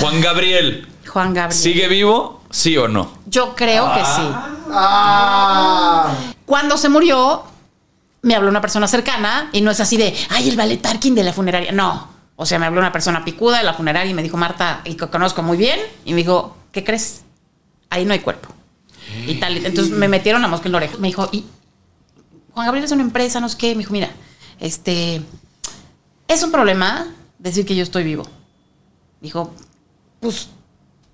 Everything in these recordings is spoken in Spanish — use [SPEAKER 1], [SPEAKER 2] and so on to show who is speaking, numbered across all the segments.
[SPEAKER 1] Juan Gabriel,
[SPEAKER 2] Juan Gabriel.
[SPEAKER 1] ¿sigue vivo? ¿Sí o no?
[SPEAKER 2] Yo creo que sí. Cuando se murió, me habló una persona cercana y no es así de, ay, el ballet Tarkin de la funeraria. No. O sea, me habló una persona picuda de la funeraria y me dijo, Marta, y que conozco muy bien, y me dijo, ¿qué crees? Ahí no hay cuerpo. Y tal. y- Entonces me metieron la mosca en la oreja. Me dijo, y Juan Gabriel es una empresa, no sé qué. Me dijo, mira, este, es un problema decir que yo estoy vivo. Dijo, pues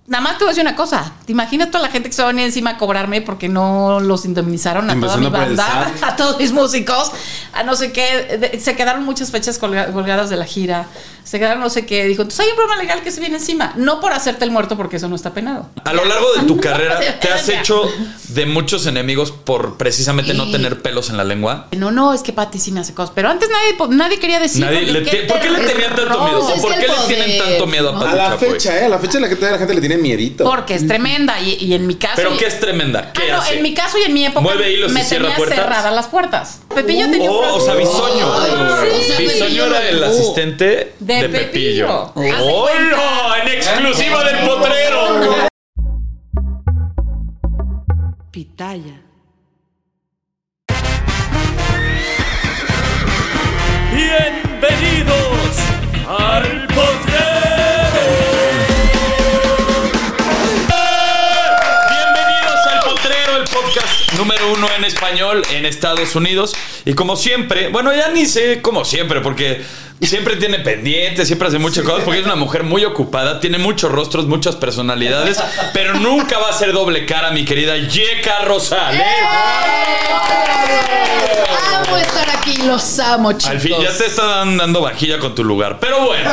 [SPEAKER 2] Nada más te voy a decir una cosa. ¿Te imaginas toda la gente que se va a venir encima a cobrarme porque no los indemnizaron a toda mi
[SPEAKER 3] Empezando por el
[SPEAKER 2] banda,
[SPEAKER 3] SAT.
[SPEAKER 2] a todos mis músicos, a no sé qué? De- Se quedaron muchas fechas colga- colgadas de la gira. Se quedaron no sé qué. Dijo, entonces hay un problema legal que se viene encima. No por hacerte el muerto porque eso no está penado.
[SPEAKER 1] A lo largo de tu carrera,
[SPEAKER 2] de
[SPEAKER 1] ¿te has
[SPEAKER 2] verga.
[SPEAKER 1] hecho de muchos enemigos por precisamente no tener pelos en la lengua?
[SPEAKER 2] No, no, es que Pati sí me hace cosas. Pero antes nadie, po- nadie quería decir.
[SPEAKER 1] Nadie le te- ¿Por qué le tenían tanto miedo?
[SPEAKER 4] Pues
[SPEAKER 1] ¿O
[SPEAKER 4] es
[SPEAKER 1] ¿Por
[SPEAKER 4] que
[SPEAKER 1] qué
[SPEAKER 4] el
[SPEAKER 1] le tienen
[SPEAKER 4] poder,
[SPEAKER 1] tanto miedo a pues?
[SPEAKER 4] ¿no?
[SPEAKER 3] A
[SPEAKER 1] Pati
[SPEAKER 3] la
[SPEAKER 1] Chapoy?
[SPEAKER 3] fecha, ¿eh? A la fecha la gente, la gente le tiene miedito.
[SPEAKER 2] Porque es tremenda. Y, y en mi caso.
[SPEAKER 1] Pero que es tremenda.
[SPEAKER 2] Ah,
[SPEAKER 1] ¿Qué
[SPEAKER 2] no,
[SPEAKER 1] hace?
[SPEAKER 2] en mi caso y en mi época
[SPEAKER 1] Mueve hilos y
[SPEAKER 2] me
[SPEAKER 1] cierra
[SPEAKER 2] tenía
[SPEAKER 1] puertas.
[SPEAKER 2] cerradas las puertas. Pepillo tenía un
[SPEAKER 1] Oh, o sea, Bisoño.
[SPEAKER 4] Ah, sí, Uh,
[SPEAKER 1] Bisoño
[SPEAKER 4] Pepillo
[SPEAKER 1] era
[SPEAKER 4] lo
[SPEAKER 1] el
[SPEAKER 4] dejó.
[SPEAKER 1] asistente de,
[SPEAKER 2] De
[SPEAKER 1] Pepillo.
[SPEAKER 2] Pepillo. Haz de
[SPEAKER 1] ¡Hola!
[SPEAKER 2] cuenta.
[SPEAKER 1] En exclusiva del potrero.
[SPEAKER 5] Pitaya.
[SPEAKER 6] Bienvenidos al potrero.
[SPEAKER 1] Bienvenidos al Potrero, el podcast número uno en español en Estados Unidos. Y como siempre, bueno, ya ni sé como siempre, porque siempre tiene pendientes, siempre hace muchas cosas, porque es una mujer muy ocupada, tiene muchos rostros, muchas personalidades, pero nunca va a ser doble cara, mi querida Yeka Rosales.
[SPEAKER 4] Eh, Amo estar aquí, los amo, chicos.
[SPEAKER 1] Al fin ya te está dan- dando vajilla con tu lugar. Pero bueno,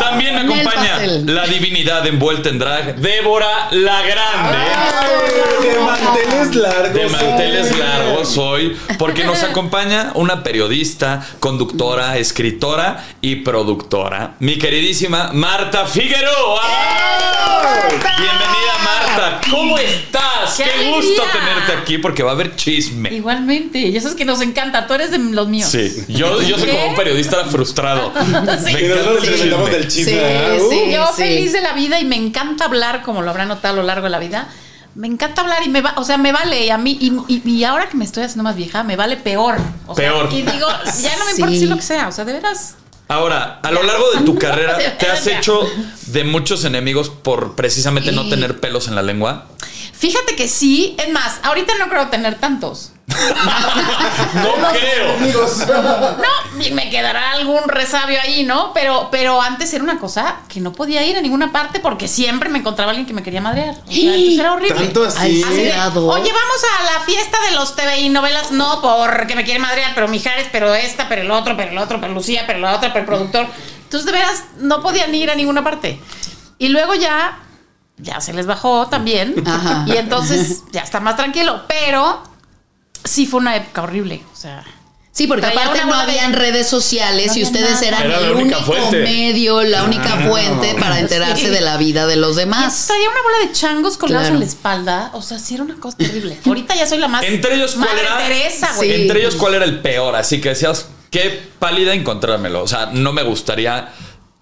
[SPEAKER 1] también me
[SPEAKER 4] En el
[SPEAKER 1] acompaña
[SPEAKER 4] pastel.
[SPEAKER 1] la divinidad envuelta en drag, Débora la Grande.
[SPEAKER 4] Ah.
[SPEAKER 3] De manteles largos. eh.
[SPEAKER 1] De manteles
[SPEAKER 3] Ay.
[SPEAKER 1] largos hoy, porque nos acompaña una periodista, conductora, escritora y productora, mi queridísima Marta Figueroa. Bienvenida Marta, ¿cómo estás? Qué,
[SPEAKER 2] ¡Qué
[SPEAKER 1] gusto
[SPEAKER 2] alegría!
[SPEAKER 1] tenerte aquí porque va a haber chisme.
[SPEAKER 2] Igualmente, y eso es que nos encanta, tú eres de los míos.
[SPEAKER 1] Sí, yo, yo soy como un periodista frustrado. Me
[SPEAKER 3] Y
[SPEAKER 1] encanta
[SPEAKER 3] nosotros
[SPEAKER 1] el
[SPEAKER 3] nos alimentamos
[SPEAKER 1] chisme.
[SPEAKER 3] del chisme.
[SPEAKER 4] Sí,
[SPEAKER 3] ¿verdad?
[SPEAKER 4] sí.
[SPEAKER 2] Yo feliz de la vida y me encanta hablar, como lo habrán notado a lo largo de la vida. Me encanta hablar y me va, o sea, me vale y a mí, y, y- y ahora que me estoy haciendo más vieja, me vale peor. O sea,
[SPEAKER 1] Peor.
[SPEAKER 2] y digo, ya no me importa
[SPEAKER 4] Sí.
[SPEAKER 2] si lo que sea, o sea, de veras.
[SPEAKER 1] Ahora, a lo largo de tu carrera, ¿te has hecho de muchos enemigos por precisamente no tener pelos en la lengua?
[SPEAKER 2] Fíjate que sí, es más, ahorita no creo tener tantos.
[SPEAKER 1] No
[SPEAKER 3] Uh,
[SPEAKER 1] creo.
[SPEAKER 2] No, y me quedará algún resabio ahí, ¿no? Pero, pero antes era una cosa que no podía ir a ninguna parte porque siempre me encontraba alguien que me quería madrear. O sea, entonces era horrible.
[SPEAKER 3] Tanto así.
[SPEAKER 4] Ay, sí.
[SPEAKER 2] Oye,
[SPEAKER 4] Cuidado.
[SPEAKER 2] vamos a la fiesta de los TV y novelas. No, porque me quiere madrear, pero Mijares, pero esta, pero el otro, pero el otro, pero Lucía, pero la otra, pero el productor. Entonces, de veras, no podían ir a ninguna parte. Y luego ya, ya se les bajó también.
[SPEAKER 4] Ajá.
[SPEAKER 2] Y entonces ya está más tranquilo. Pero sí fue una época horrible. O sea.
[SPEAKER 4] Sí, porque
[SPEAKER 2] Traía
[SPEAKER 4] aparte
[SPEAKER 2] una
[SPEAKER 4] no
[SPEAKER 2] bola de-
[SPEAKER 4] habían redes sociales
[SPEAKER 2] No
[SPEAKER 4] y
[SPEAKER 2] había
[SPEAKER 4] ustedes
[SPEAKER 2] nada.
[SPEAKER 4] eran
[SPEAKER 1] Era la
[SPEAKER 4] el
[SPEAKER 1] única
[SPEAKER 4] único
[SPEAKER 1] fuente. Ah.
[SPEAKER 4] medio, la única fuente para enterarse
[SPEAKER 2] Sí.
[SPEAKER 4] de la vida de los
[SPEAKER 2] Entonces
[SPEAKER 4] demás.
[SPEAKER 2] traía una bola de changos colgados
[SPEAKER 4] Ah. Claro.
[SPEAKER 2] en la espalda. O sea, sí era una cosa terrible. Ahorita ya soy la más.
[SPEAKER 1] Entre ellos, ¿cuál
[SPEAKER 2] Madre
[SPEAKER 1] era?
[SPEAKER 2] Teresa, güey.
[SPEAKER 4] Sí.
[SPEAKER 1] Entre ellos, ¿cuál era el peor? Así que decías, qué pálida encontrármelo. O sea, no me gustaría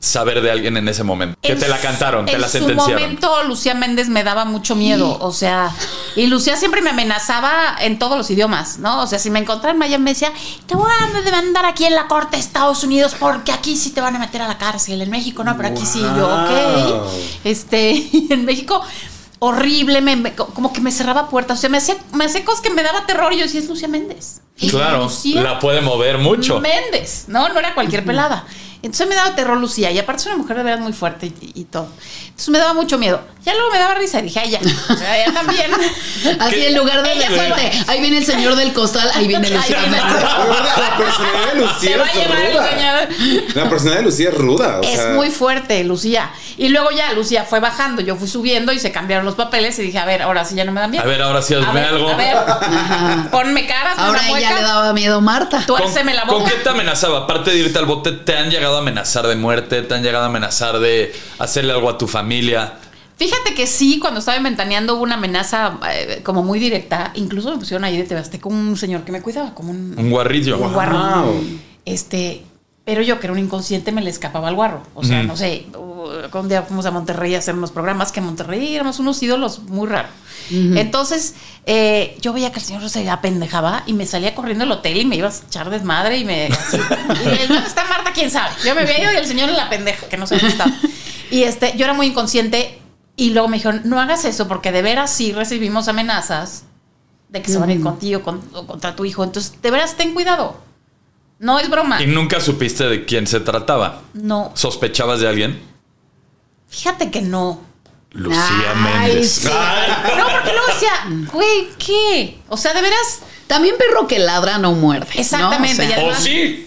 [SPEAKER 1] saber de alguien en ese momento. Que
[SPEAKER 2] En
[SPEAKER 1] te la
[SPEAKER 2] su-
[SPEAKER 1] cantaron, te la
[SPEAKER 2] En su
[SPEAKER 1] sentenciaron.
[SPEAKER 2] momento, Lucía Méndez me daba mucho miedo, o sea, y Lucía siempre me amenazaba en todos los idiomas, ¿no? O sea, si me encontraba en Miami, me decía, te voy a demandar aquí en la corte de Estados Unidos porque aquí sí te van a meter a la cárcel, en México no, pero aquí sí, yo,
[SPEAKER 3] Wow.
[SPEAKER 2] ok. Este, y en México, horrible, me- me- como que me cerraba puertas, o sea, me hacía, me hacía cosas que me daba terror y yo decía, es Lucía Méndez. Y
[SPEAKER 1] Claro,
[SPEAKER 2] Lucía
[SPEAKER 1] la puede mover mucho.
[SPEAKER 2] Méndez, ¿no? No era cualquier pelada. Entonces me daba terror Lucía, y aparte es una mujer de verdad muy fuerte y, y todo. Entonces me daba mucho miedo. Ya luego me daba risa y dije, ay, ya, O sea, ya también.
[SPEAKER 4] Así
[SPEAKER 1] ¿Qué?
[SPEAKER 4] en lugar de
[SPEAKER 2] Ella
[SPEAKER 4] decirte, ahí viene el señor del costal, ahí viene
[SPEAKER 2] Ahí
[SPEAKER 4] Lucía
[SPEAKER 2] viene.
[SPEAKER 4] Méndez.
[SPEAKER 3] Pero La personalidad de
[SPEAKER 2] Te
[SPEAKER 3] Lucía
[SPEAKER 2] va a
[SPEAKER 3] es
[SPEAKER 2] llevar el
[SPEAKER 3] ruda.
[SPEAKER 2] señor.
[SPEAKER 3] La personalidad de Lucía es ruda. o
[SPEAKER 2] Es
[SPEAKER 3] sea,
[SPEAKER 2] muy fuerte, Lucía. Y luego ya, Lucía fue bajando, yo fui subiendo y se cambiaron los papeles y dije, a ver, ahora sí ya no me dan miedo.
[SPEAKER 1] A ver, ahora sí hazme
[SPEAKER 2] A ver,
[SPEAKER 1] algo.
[SPEAKER 2] A ver, ponme caras,
[SPEAKER 4] Ahora
[SPEAKER 2] una
[SPEAKER 4] ella
[SPEAKER 2] mueca,
[SPEAKER 4] le daba miedo a Marta.
[SPEAKER 2] tuérceme la
[SPEAKER 1] ¿Con
[SPEAKER 2] boca.
[SPEAKER 1] qué te amenazaba? Aparte de irte al bote, ¿te han llegado a amenazar de muerte? ¿Te han llegado a amenazar de hacerle algo a tu familia?
[SPEAKER 2] Fíjate que sí, cuando estaba inventaneando hubo una amenaza eh, como muy directa. Incluso me pusieron ahí de Tebaste con un señor que me cuidaba, como un,
[SPEAKER 1] Un guarrillo.
[SPEAKER 2] un guarro.
[SPEAKER 3] Wow.
[SPEAKER 2] Este, pero yo que era un inconsciente me le escapaba al guarro. O sea, no sé, o, eh, un día fuimos a Monterrey a hacer unos programas, que en Monterrey éramos unos ídolos muy raros. Entonces, eh, yo veía que el señor se apendejaba y me salía corriendo del hotel y me iba a echar desmadre y me... así. Y, ¿Dónde está Marta? ¿Quién sabe? Yo me veía y el señor en la pendeja, que no sé dónde estaba. Y este, yo era muy inconsciente y luego me dijeron, no hagas eso porque de veras sí recibimos amenazas de que se van a ir contigo con- o contra tu hijo. Entonces, de veras, ten cuidado. No es broma.
[SPEAKER 1] Y nunca supiste de quién se trataba.
[SPEAKER 2] No.
[SPEAKER 1] ¿Sospechabas de alguien?
[SPEAKER 2] Fíjate que no.
[SPEAKER 1] Lucía
[SPEAKER 4] Ay,
[SPEAKER 1] Méndez.
[SPEAKER 4] sí.
[SPEAKER 1] Ay.
[SPEAKER 2] No, porque luego decía, güey, ¿qué? O sea, de veras,
[SPEAKER 4] También perro que ladra no muerde. ¿no?
[SPEAKER 2] Exactamente,
[SPEAKER 4] O sea, pues
[SPEAKER 2] ya-
[SPEAKER 1] ¿O sí?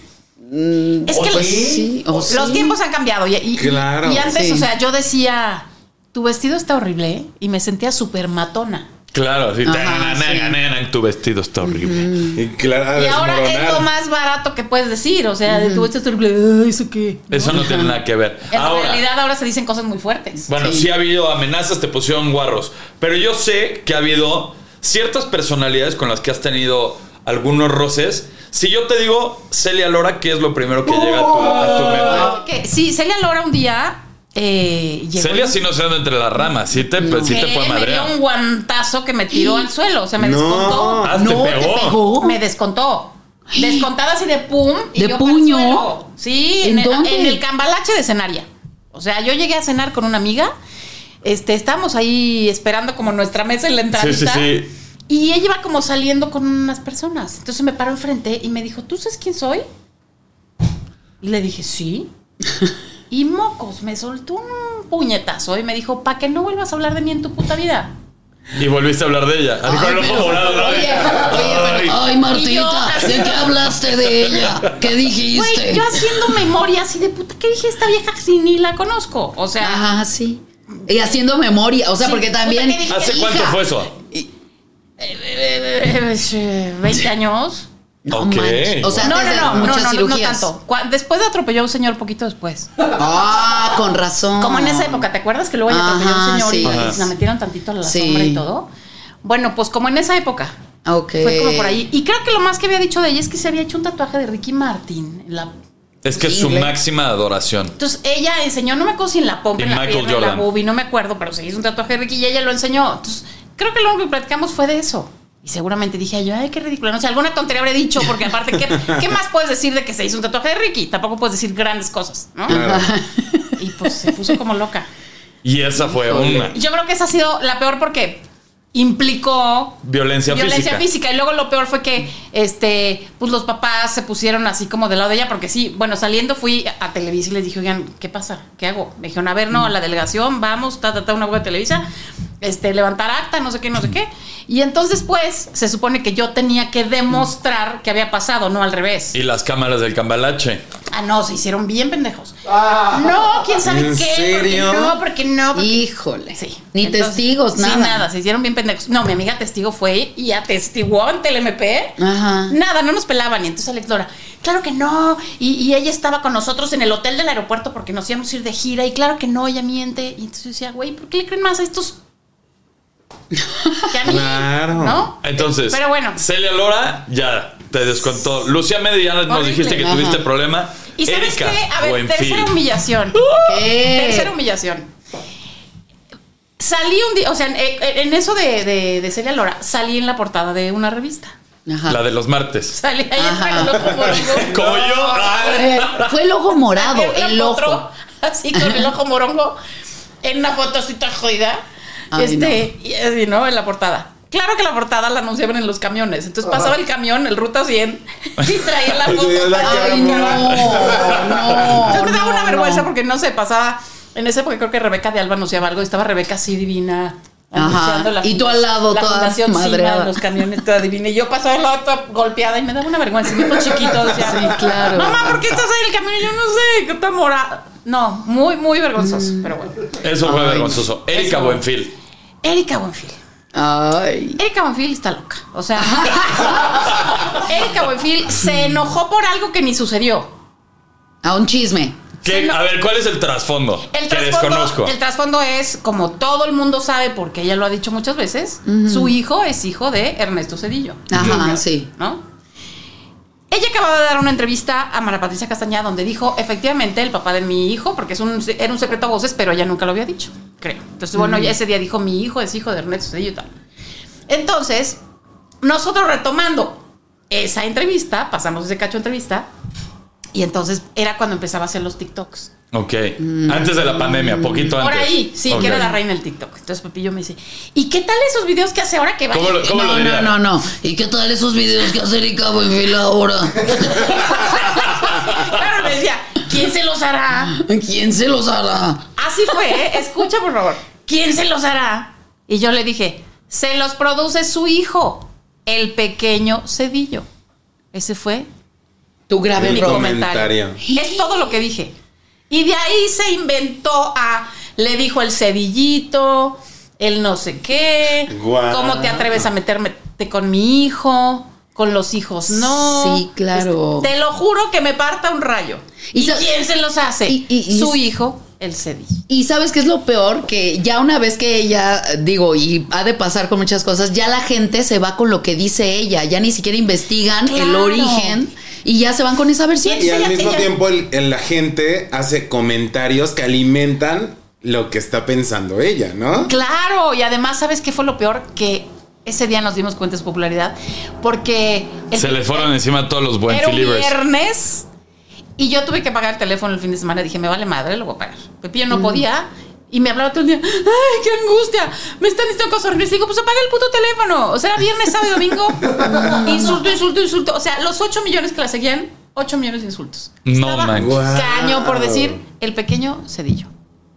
[SPEAKER 2] es que los,
[SPEAKER 4] sí, o
[SPEAKER 2] los
[SPEAKER 4] sí.
[SPEAKER 2] tiempos han cambiado. Y, y-
[SPEAKER 3] Claro.
[SPEAKER 2] y antes,
[SPEAKER 4] Sí.
[SPEAKER 2] o sea, yo decía, tu vestido está horrible ¿eh? y me sentía súper matona.
[SPEAKER 1] Claro, sí.
[SPEAKER 4] Ajá,
[SPEAKER 1] Nena,
[SPEAKER 4] sí.
[SPEAKER 1] nena, nena, tu vestido está horrible.
[SPEAKER 3] Y claro, a
[SPEAKER 2] Y ahora es
[SPEAKER 3] desmoronar.
[SPEAKER 2] lo más barato que puedes decir. O sea, de tu vestido está horrible, "Ay, ¿eso qué?
[SPEAKER 1] Eso no tiene nada que ver.
[SPEAKER 2] En
[SPEAKER 1] Ahora,
[SPEAKER 2] realidad ahora se dicen cosas muy fuertes.
[SPEAKER 1] bueno, sí. ha habido amenazas, te pusieron guarros. Pero yo sé que ha habido ciertas personalidades con las que has tenido algunos roces. Si yo te digo Celia Lora, ¿qué es lo primero que llega a tu, a tu
[SPEAKER 4] Oh.
[SPEAKER 1] mente?
[SPEAKER 2] Porque sí, Celia Lora un día eh, llegó
[SPEAKER 1] Celia
[SPEAKER 2] y-
[SPEAKER 1] sí no se anda entre las ramas, sí te, sí te
[SPEAKER 2] que
[SPEAKER 1] puede
[SPEAKER 2] me dio
[SPEAKER 1] madrear.
[SPEAKER 2] un guantazo que me tiró al suelo. O sea, me
[SPEAKER 3] No.
[SPEAKER 2] descontó.
[SPEAKER 1] Ah, te
[SPEAKER 4] No, te
[SPEAKER 1] pegó.
[SPEAKER 4] pegó.
[SPEAKER 2] Me descontó. Descontada así de pum. Y
[SPEAKER 4] ¿De
[SPEAKER 2] yo pa'l
[SPEAKER 4] puño?
[SPEAKER 2] suelo. Sí, en,
[SPEAKER 4] ¿En
[SPEAKER 2] el,
[SPEAKER 4] dónde?
[SPEAKER 2] en el cambalache de cenaria. O sea, yo llegué a cenar con una amiga. Este, estábamos ahí esperando como nuestra mesa en la
[SPEAKER 1] Sí,
[SPEAKER 2] entradita.
[SPEAKER 1] sí, sí.
[SPEAKER 2] Y ella iba como saliendo con unas personas. Entonces me paró enfrente y me dijo, ¿tú sabes quién soy? Y le dije, sí. y mocos, me soltó un puñetazo y me dijo, pa' que no vuelvas a hablar de mí en tu puta vida.
[SPEAKER 1] Y volviste a hablar de ella. Así con el ojo morado, ¿no?
[SPEAKER 4] Oye, oye,
[SPEAKER 1] Ay.
[SPEAKER 4] pero, ay,
[SPEAKER 2] Y yo
[SPEAKER 4] Martita,
[SPEAKER 2] así-
[SPEAKER 4] ¿de qué hablaste de ella? ¿Qué dijiste?
[SPEAKER 2] Güey, yo haciendo memoria así de puta, ¿qué dije esta vieja si ni la conozco? O sea,
[SPEAKER 4] Ajá, sí. Y haciendo memoria, o sea,
[SPEAKER 2] Sí,
[SPEAKER 4] porque
[SPEAKER 2] puta,
[SPEAKER 4] también.
[SPEAKER 2] ¿qué dije?
[SPEAKER 1] ¿Hace
[SPEAKER 2] Hija.
[SPEAKER 1] cuánto fue eso?
[SPEAKER 2] eh, eh, eh, 20 años.
[SPEAKER 4] No
[SPEAKER 1] Ok.
[SPEAKER 4] manches, O sea,
[SPEAKER 2] No, no,
[SPEAKER 4] antes de
[SPEAKER 2] no, no,
[SPEAKER 4] muchas
[SPEAKER 2] no, no, no
[SPEAKER 4] cirugías.
[SPEAKER 2] tanto. Cua- Después atropelló a un señor poquito después.
[SPEAKER 4] Ah, con razón.
[SPEAKER 2] Como en esa época, ¿te acuerdas que luego ella atropelló a un
[SPEAKER 4] Ajá,
[SPEAKER 2] señor
[SPEAKER 4] sí.
[SPEAKER 2] y
[SPEAKER 1] Ajá.
[SPEAKER 2] y se la metieron tantito a la
[SPEAKER 4] Sí.
[SPEAKER 2] sombra y todo? Bueno, pues como en esa época.
[SPEAKER 4] Ok.
[SPEAKER 2] Fue como por ahí. Y creo que lo más que había dicho de ella es que se había hecho un tatuaje de Ricky Martin. en la-
[SPEAKER 1] Es que es su
[SPEAKER 4] Inglés.
[SPEAKER 1] máxima adoración.
[SPEAKER 2] Entonces ella enseñó, no me acuerdo si en la
[SPEAKER 1] Y
[SPEAKER 2] pompa, en la
[SPEAKER 1] Michael
[SPEAKER 2] pierna, en la
[SPEAKER 1] Jordan.
[SPEAKER 2] boobie, no me acuerdo, pero se hizo un tatuaje de Ricky y ella lo enseñó. Entonces creo que lo único que platicamos fue de eso. Y seguramente dije yo, ay, qué ridículo. No sé, alguna tontería habré dicho, porque aparte, ¿qué, qué más puedes decir de que se hizo un tatuaje de Ricky? Tampoco puedes decir grandes cosas, ¿no?
[SPEAKER 3] Claro.
[SPEAKER 2] Y pues se puso como loca.
[SPEAKER 1] Y esa fue una.
[SPEAKER 2] Yo creo que esa ha sido la peor porque implicó
[SPEAKER 1] Violencia,
[SPEAKER 2] violencia
[SPEAKER 1] física.
[SPEAKER 2] física. Y luego lo peor fue que este, pues los papás se pusieron así como del lado de ella, porque sí, bueno, saliendo fui a Televisa y les dije, oigan, ¿qué pasa? ¿Qué hago? Me dijeron, a ver, no, a la delegación, vamos, ta, ta, ta, una web de Televisa, este, levantar acta, no sé qué, no sé qué. Y entonces, pues, se supone que yo tenía que demostrar que había pasado, no al revés.
[SPEAKER 1] Y las cámaras del cambalache.
[SPEAKER 2] Ah, no, se hicieron bien pendejos. no, quién sabe
[SPEAKER 3] ¿En
[SPEAKER 2] qué.
[SPEAKER 3] serio?
[SPEAKER 2] Porque no, porque no. porque
[SPEAKER 4] Híjole.
[SPEAKER 2] Sí.
[SPEAKER 4] Ni
[SPEAKER 2] Entonces,
[SPEAKER 4] testigos, nada.
[SPEAKER 2] Sí, nada, se hicieron bien pendejos. No, mi amiga testigo fue y atestiguó ante el MP.
[SPEAKER 4] Ajá.
[SPEAKER 2] Nada, no nos pelaban. Y entonces Alex Lora, claro que no. Y, y ella estaba con nosotros en el hotel del aeropuerto porque nos íbamos a ir de gira. Y claro que no, ella miente. Y entonces yo decía, güey, ¿por qué le creen más a estos? que a mí?
[SPEAKER 3] Claro.
[SPEAKER 2] ¿No?
[SPEAKER 1] Entonces,
[SPEAKER 2] Pero bueno.
[SPEAKER 1] Celia Lora ya te descontó. Lucía Medi ya nos
[SPEAKER 2] Horrible.
[SPEAKER 1] dijiste que
[SPEAKER 4] Ajá.
[SPEAKER 1] tuviste problema.
[SPEAKER 2] ¿Y sabes
[SPEAKER 1] Erika,
[SPEAKER 2] qué? A ver,
[SPEAKER 1] Buenfil.
[SPEAKER 2] tercera humillación.
[SPEAKER 1] ¡Uh!
[SPEAKER 4] ¿Qué?
[SPEAKER 2] Tercera humillación. Salí un día, o sea, en, en eso de, de, de Celia Lora, salí en la portada de una revista.
[SPEAKER 4] Ajá.
[SPEAKER 1] La de los martes.
[SPEAKER 2] Salí ahí
[SPEAKER 4] Ajá.
[SPEAKER 2] con el ojo morongo.
[SPEAKER 1] Como yo. ah. ay.
[SPEAKER 4] Eh, Fue el ojo morado,
[SPEAKER 2] Había una
[SPEAKER 4] el
[SPEAKER 2] potro,
[SPEAKER 4] ojo.
[SPEAKER 2] Así con el ojo morongo, en una fotocita jodida.
[SPEAKER 4] Ay,
[SPEAKER 2] este, y así, ¿no? En la portada. Claro que la portada la anunciaban en los camiones. Entonces pasaba el camión, el Ruta 100, y traía la
[SPEAKER 3] Ay,
[SPEAKER 2] foto.
[SPEAKER 3] Dios, la
[SPEAKER 2] Ay,
[SPEAKER 4] Ay,
[SPEAKER 3] cara,
[SPEAKER 4] no,
[SPEAKER 3] mamá.
[SPEAKER 4] no.
[SPEAKER 2] Entonces me daba
[SPEAKER 4] no,
[SPEAKER 2] una
[SPEAKER 4] no.
[SPEAKER 2] vergüenza porque no se pasaba. En esa época creo que Rebeca de Alba anunciaba algo y estaba Rebeca así divina.
[SPEAKER 4] Ajá.
[SPEAKER 2] anunciando la
[SPEAKER 4] Y tú
[SPEAKER 2] funda-
[SPEAKER 4] al lado,
[SPEAKER 2] la
[SPEAKER 4] toda
[SPEAKER 2] fundación Sima,
[SPEAKER 4] madreada.
[SPEAKER 2] los camiones toda divina. Y yo pasaba al lado toda golpeada y me daba una vergüenza. Y mi hijo chiquito decía,
[SPEAKER 4] Sí, claro.
[SPEAKER 2] mamá, ¿por qué estás ahí en el camión? Y Yo no sé, que está morada. No, muy, muy vergonzoso.
[SPEAKER 4] Mm.
[SPEAKER 2] Pero bueno.
[SPEAKER 1] Eso fue
[SPEAKER 4] Ay.
[SPEAKER 1] vergonzoso. Erika Buenfil.
[SPEAKER 2] Erika Buenfil.
[SPEAKER 4] Ay.
[SPEAKER 2] Erika Buenfil está loca. O sea, Erika Buenfil se enojó por algo que ni sucedió.
[SPEAKER 4] A un chisme.
[SPEAKER 1] ¿Qué-
[SPEAKER 2] Sí, no.
[SPEAKER 1] A ver, ¿cuál es el trasfondo?
[SPEAKER 2] El
[SPEAKER 1] que desconozco.
[SPEAKER 2] trasfondo, el trasfondo es, como todo el mundo sabe, porque ella lo ha dicho muchas veces, su hijo es hijo de Ernesto Cedillo,
[SPEAKER 4] Ajá, sí.
[SPEAKER 2] ¿no? Ella acababa de dar una entrevista a Mara Patricia Castañeda donde dijo, efectivamente, el papá de mi hijo, porque es un, era un secreto a voces, pero ella nunca lo había dicho, creo. Entonces, bueno, ella ese día dijo, mi hijo es hijo de Ernesto Cedillo y tal. Entonces, nosotros retomando esa entrevista, pasamos ese cacho de entrevista, y entonces era cuando empezaba a hacer los TikToks.
[SPEAKER 1] Ok. Antes de la pandemia, poquito antes.
[SPEAKER 2] Mm. Por ahí, sí,
[SPEAKER 1] Ok.
[SPEAKER 2] que era la reina del TikTok. Entonces Pepillo me dice, ¿y qué tal esos videos que hace ahora que va?
[SPEAKER 1] ¿Cómo lo- cómo lo
[SPEAKER 4] no,
[SPEAKER 1] diría?
[SPEAKER 4] no, no, no. ¿Y qué tal esos videos que hace el cabo en fila ahora?
[SPEAKER 2] claro, me decía, ¿quién se los hará?
[SPEAKER 4] ¿Quién se los hará?
[SPEAKER 2] Así fue, ¿eh? escucha por favor. ¿Quién se los hará? Y yo le dije, se los produce su hijo, el pequeño Cedillo. Ese fue
[SPEAKER 4] Tu grave
[SPEAKER 2] mi
[SPEAKER 3] El
[SPEAKER 4] error.
[SPEAKER 2] comentario.
[SPEAKER 3] comentario.
[SPEAKER 2] Es todo lo que dije. Y de ahí se inventó a, le dijo el cedillito, el no sé qué,
[SPEAKER 3] Guau.
[SPEAKER 2] cómo te atreves a meterme con mi hijo, con los hijos no. Este,
[SPEAKER 4] Sí, claro.
[SPEAKER 2] Te lo juro que me parta un rayo.
[SPEAKER 4] Y
[SPEAKER 2] ¿Y,
[SPEAKER 4] sa-
[SPEAKER 2] quién se los hace?
[SPEAKER 4] Y- y- y-
[SPEAKER 2] Su hijo, el cedillo.
[SPEAKER 4] Y sabes qué es lo peor, que ya una vez que ella, digo, y ha de pasar con muchas cosas, ya la gente se va con lo que dice ella, ya ni siquiera investigan el
[SPEAKER 2] Claro.
[SPEAKER 4] origen y ya se van con esa versión.
[SPEAKER 3] Y al
[SPEAKER 2] Ella-
[SPEAKER 3] mismo
[SPEAKER 2] ella-
[SPEAKER 3] tiempo el- el- la gente hace comentarios que alimentan lo que está pensando ella, ¿no?
[SPEAKER 2] Claro, y además, ¿sabes qué fue lo peor? Que ese día nos dimos cuenta de su popularidad, porque... el-
[SPEAKER 1] Se les fueron encima todos los buen
[SPEAKER 2] Era un
[SPEAKER 1] filibers.
[SPEAKER 2] viernes y yo tuve que pagar el teléfono el fin de semana. Dije, me vale madre, lo voy a pagar. Pepillo no podía y me hablaba todo el día. ¡Ay, qué angustia! Me están diciendo cosas horribles. Y digo, pues apaga el puto teléfono. O sea, era viernes, sábado y domingo. insulto, insulto, insulto. O sea, los 8 millones que la seguían, 8 millones de insultos.
[SPEAKER 1] No manches.
[SPEAKER 3] Guau.
[SPEAKER 2] Caño por decir el pequeño cedillo.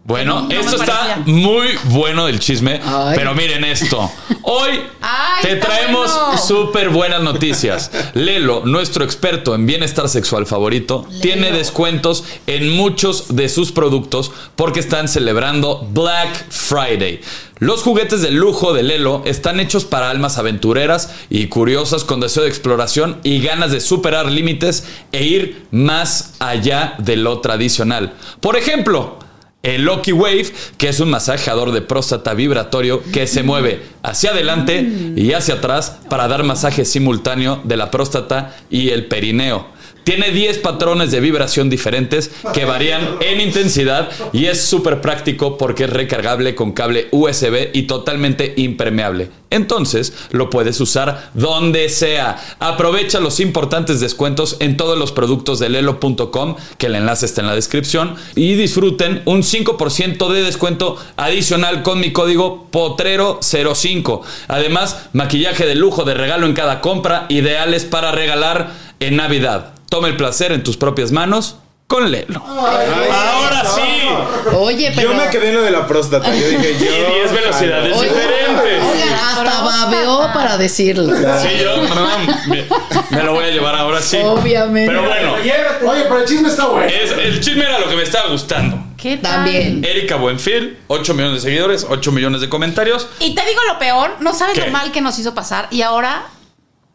[SPEAKER 1] Bueno,
[SPEAKER 2] No me
[SPEAKER 1] esto está
[SPEAKER 2] parecía.
[SPEAKER 1] muy bueno del chisme,
[SPEAKER 4] Ay.
[SPEAKER 1] pero miren esto. Hoy
[SPEAKER 2] Ay,
[SPEAKER 1] te
[SPEAKER 2] está
[SPEAKER 1] traemos
[SPEAKER 2] bueno.
[SPEAKER 1] súper buenas noticias. Lelo, nuestro experto en bienestar sexual favorito, tiene descuentos en muchos de sus productos porque están celebrando Black Friday. Los juguetes de lujo de Lelo están hechos para almas aventureras y curiosas con deseo de exploración y ganas de superar límites e ir más allá de lo tradicional. Por ejemplo, el Loki Wave, que es un masajador de próstata vibratorio que se mueve hacia adelante y hacia atrás para dar masaje simultáneo de la próstata y el perineo. Tiene 10 patrones de vibración diferentes que varían en intensidad y es súper práctico porque es recargable con cable USB y totalmente impermeable. Entonces lo puedes usar donde sea. Aprovecha los importantes descuentos en todos los productos de lelo.com, que el enlace está en la descripción, y disfruten un 5% de descuento adicional con mi código potrero05. Además, maquillaje de lujo de regalo en cada compra, ideales para regalar en Navidad. Toma el placer en tus propias manos con Lelo. Ahora sí.
[SPEAKER 4] Oye, pero...
[SPEAKER 3] Yo me quedé en lo de la próstata. Yo dije, yo.
[SPEAKER 1] Y 10 velocidades
[SPEAKER 4] Oye,
[SPEAKER 1] diferentes.
[SPEAKER 4] Oigan, hasta
[SPEAKER 2] Pero-
[SPEAKER 4] babeó para decirlo.
[SPEAKER 1] Sí, yo me, me lo voy a llevar ahora sí.
[SPEAKER 4] Obviamente.
[SPEAKER 1] Pero bueno,
[SPEAKER 7] Oye, pero el chisme está bueno.
[SPEAKER 1] es- el chisme era lo que me estaba gustando.
[SPEAKER 2] ¿Qué tal?
[SPEAKER 4] También.
[SPEAKER 1] Erika Buenfil, 8 millones de seguidores, 8 millones de comentarios.
[SPEAKER 2] Y te digo lo peor, no sabes
[SPEAKER 1] ¿Qué?
[SPEAKER 2] lo mal que nos hizo pasar y ahora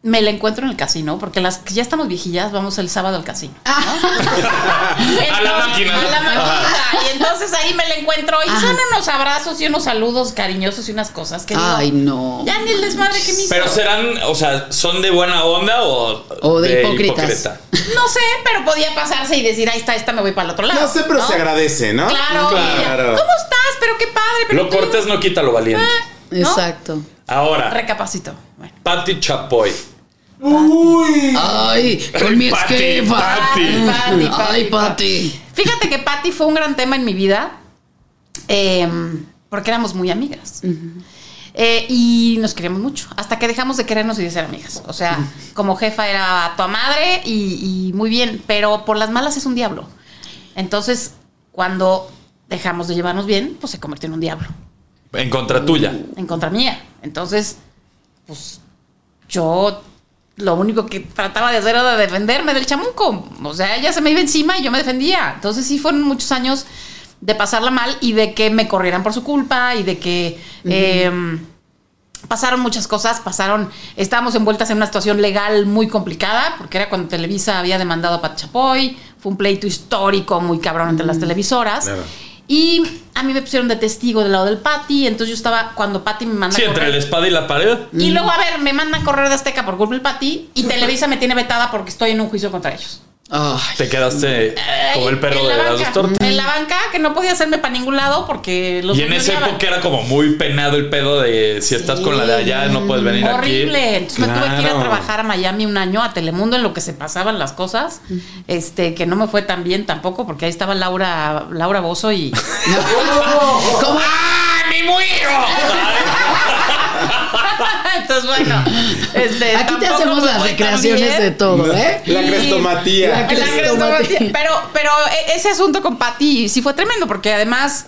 [SPEAKER 2] me la encuentro en el casino, porque las que ya estamos viejillas, vamos el sábado al casino. ¿no?
[SPEAKER 4] Ah,
[SPEAKER 1] A la máquina.
[SPEAKER 2] A la máquina.
[SPEAKER 1] Ajá.
[SPEAKER 2] Y entonces ahí me la encuentro y
[SPEAKER 4] Ajá.
[SPEAKER 2] son unos abrazos y unos saludos cariñosos y unas cosas que digo,
[SPEAKER 4] Ay, no.
[SPEAKER 2] ya ni el desmadre que me hizo.
[SPEAKER 1] Pero serán, o sea, ¿son de buena onda o,
[SPEAKER 4] O de hipócritas.
[SPEAKER 2] No sé, pero podía pasarse y decir, ahí está, esta me voy para el otro lado.
[SPEAKER 3] No sé, pero se agradece, ¿no?
[SPEAKER 2] Claro, y ella,
[SPEAKER 3] Claro.
[SPEAKER 2] ¿Cómo estás? Pero qué padre. Pero
[SPEAKER 1] Lo
[SPEAKER 2] tú-
[SPEAKER 1] cortés no quita lo valiente.
[SPEAKER 2] Ah, ¿no?
[SPEAKER 4] Exacto.
[SPEAKER 1] Ahora,
[SPEAKER 2] Recapacito. Bueno.
[SPEAKER 1] Patti Chapoy.
[SPEAKER 4] Ay, con mi ex
[SPEAKER 1] Pati,
[SPEAKER 4] jefa.
[SPEAKER 1] Pati.
[SPEAKER 2] Pati, Pati,
[SPEAKER 4] Ay, Pati.
[SPEAKER 2] Fíjate que Patty fue un gran tema en mi vida em, porque éramos muy amigas. Eh, y nos queríamos mucho, hasta que dejamos de querernos y de ser amigas. O sea, como jefa era tu madre y, y muy bien, pero por las malas es un diablo. Entonces, cuando dejamos de llevarnos bien, pues se convirtió en un diablo,
[SPEAKER 1] En contra tuya.
[SPEAKER 2] en contra mía. Entonces, pues yo lo único que trataba de hacer era defenderme del chamuco. O sea, ella se me iba encima y yo me defendía. Entonces sí fueron muchos años de pasarla mal y de que me corrieran por su culpa y de que eh, pasaron muchas cosas, pasaron, estábamos envueltas en una situación legal muy complicada, porque era cuando Televisa había demandado a Pat Chapoy, fue un pleito histórico muy cabrón entre las televisoras.
[SPEAKER 3] Claro.
[SPEAKER 2] Y a mí me pusieron de testigo del lado del Pati, entonces yo estaba cuando Pati me manda
[SPEAKER 1] Sí,
[SPEAKER 2] a
[SPEAKER 1] entre
[SPEAKER 2] correr.
[SPEAKER 1] la espada y la pared.
[SPEAKER 2] Y luego, a ver, me mandan correr de Azteca por culpa del Pati y Televisa me tiene vetada porque estoy en un juicio contra ellos.
[SPEAKER 4] Ay,
[SPEAKER 1] Te quedaste como el perro de
[SPEAKER 2] En la
[SPEAKER 1] las
[SPEAKER 2] banca,
[SPEAKER 1] dos tortas.
[SPEAKER 2] En la banca, que no podía hacerme para ningún lado porque los
[SPEAKER 1] Y en esa
[SPEAKER 2] engañaban.
[SPEAKER 1] época era como muy penado el pedo de si estás con la de allá no puedes venir
[SPEAKER 2] Horrible. Entonces me tuve que ir
[SPEAKER 3] Claro.
[SPEAKER 2] a trabajar a Miami un año a Telemundo en lo que se pasaban las cosas. Este, que no me fue tan bien tampoco, porque ahí estaba Laura, Laura Bozo y.
[SPEAKER 4] ¿Cómo?
[SPEAKER 1] ¡Ah,
[SPEAKER 2] Entonces, bueno. Este,
[SPEAKER 4] Aquí te
[SPEAKER 2] tampoco
[SPEAKER 4] hacemos
[SPEAKER 2] me
[SPEAKER 4] las
[SPEAKER 2] fue tan
[SPEAKER 4] recreaciones
[SPEAKER 2] bien.
[SPEAKER 4] de todo, ¿eh?
[SPEAKER 3] La crestomatía.
[SPEAKER 4] La
[SPEAKER 2] La
[SPEAKER 4] crestomatía.
[SPEAKER 2] crestomatía. Pero, pero e- ese asunto con Patty sí fue tremendo, porque además.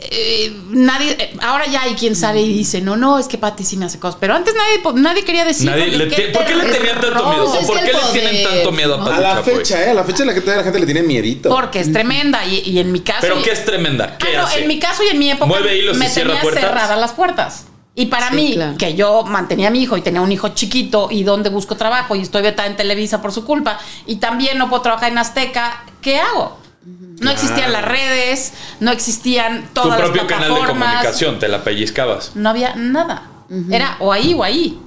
[SPEAKER 2] eh, nadie eh, ahora ya hay quien sale y dice no no es que Patty sí me hace cosas pero antes nadie po- nadie quería decir
[SPEAKER 1] Nadie le
[SPEAKER 2] qué
[SPEAKER 1] te- ¿por qué le
[SPEAKER 2] terror.
[SPEAKER 1] tenían tanto miedo?
[SPEAKER 4] Pues
[SPEAKER 1] ¿O
[SPEAKER 4] es
[SPEAKER 1] por
[SPEAKER 4] que
[SPEAKER 1] qué
[SPEAKER 4] el
[SPEAKER 1] le tienen
[SPEAKER 4] poder,
[SPEAKER 1] tanto miedo a
[SPEAKER 4] ¿no?
[SPEAKER 1] Pati
[SPEAKER 3] A la
[SPEAKER 1] Chapoy?
[SPEAKER 3] fecha, ¿eh? A la fecha la gente, la gente le tiene miedito.
[SPEAKER 2] Porque es tremenda y, y en mi caso.
[SPEAKER 1] Pero ¿qué es tremenda?
[SPEAKER 2] Ah,
[SPEAKER 1] ¿Qué
[SPEAKER 2] no,
[SPEAKER 1] hace?
[SPEAKER 2] en mi caso y en mi época
[SPEAKER 1] ¿Mueve hilos y
[SPEAKER 2] me
[SPEAKER 1] cierra
[SPEAKER 2] tenía
[SPEAKER 1] puertas?
[SPEAKER 2] cerradas las puertas. Y para
[SPEAKER 4] Sí,
[SPEAKER 2] mí,
[SPEAKER 4] claro.
[SPEAKER 2] que yo mantenía a mi hijo y tenía un hijo chiquito y donde busco trabajo y estoy vetada en Televisa por su culpa y también no puedo trabajar en Azteca, ¿qué hago? No existían las redes, no existían
[SPEAKER 1] Tu
[SPEAKER 2] todas las
[SPEAKER 1] propio canal de
[SPEAKER 2] plataformas,
[SPEAKER 1] comunicación, te la pellizcabas.
[SPEAKER 2] No había nada. Era o ahí o ahí.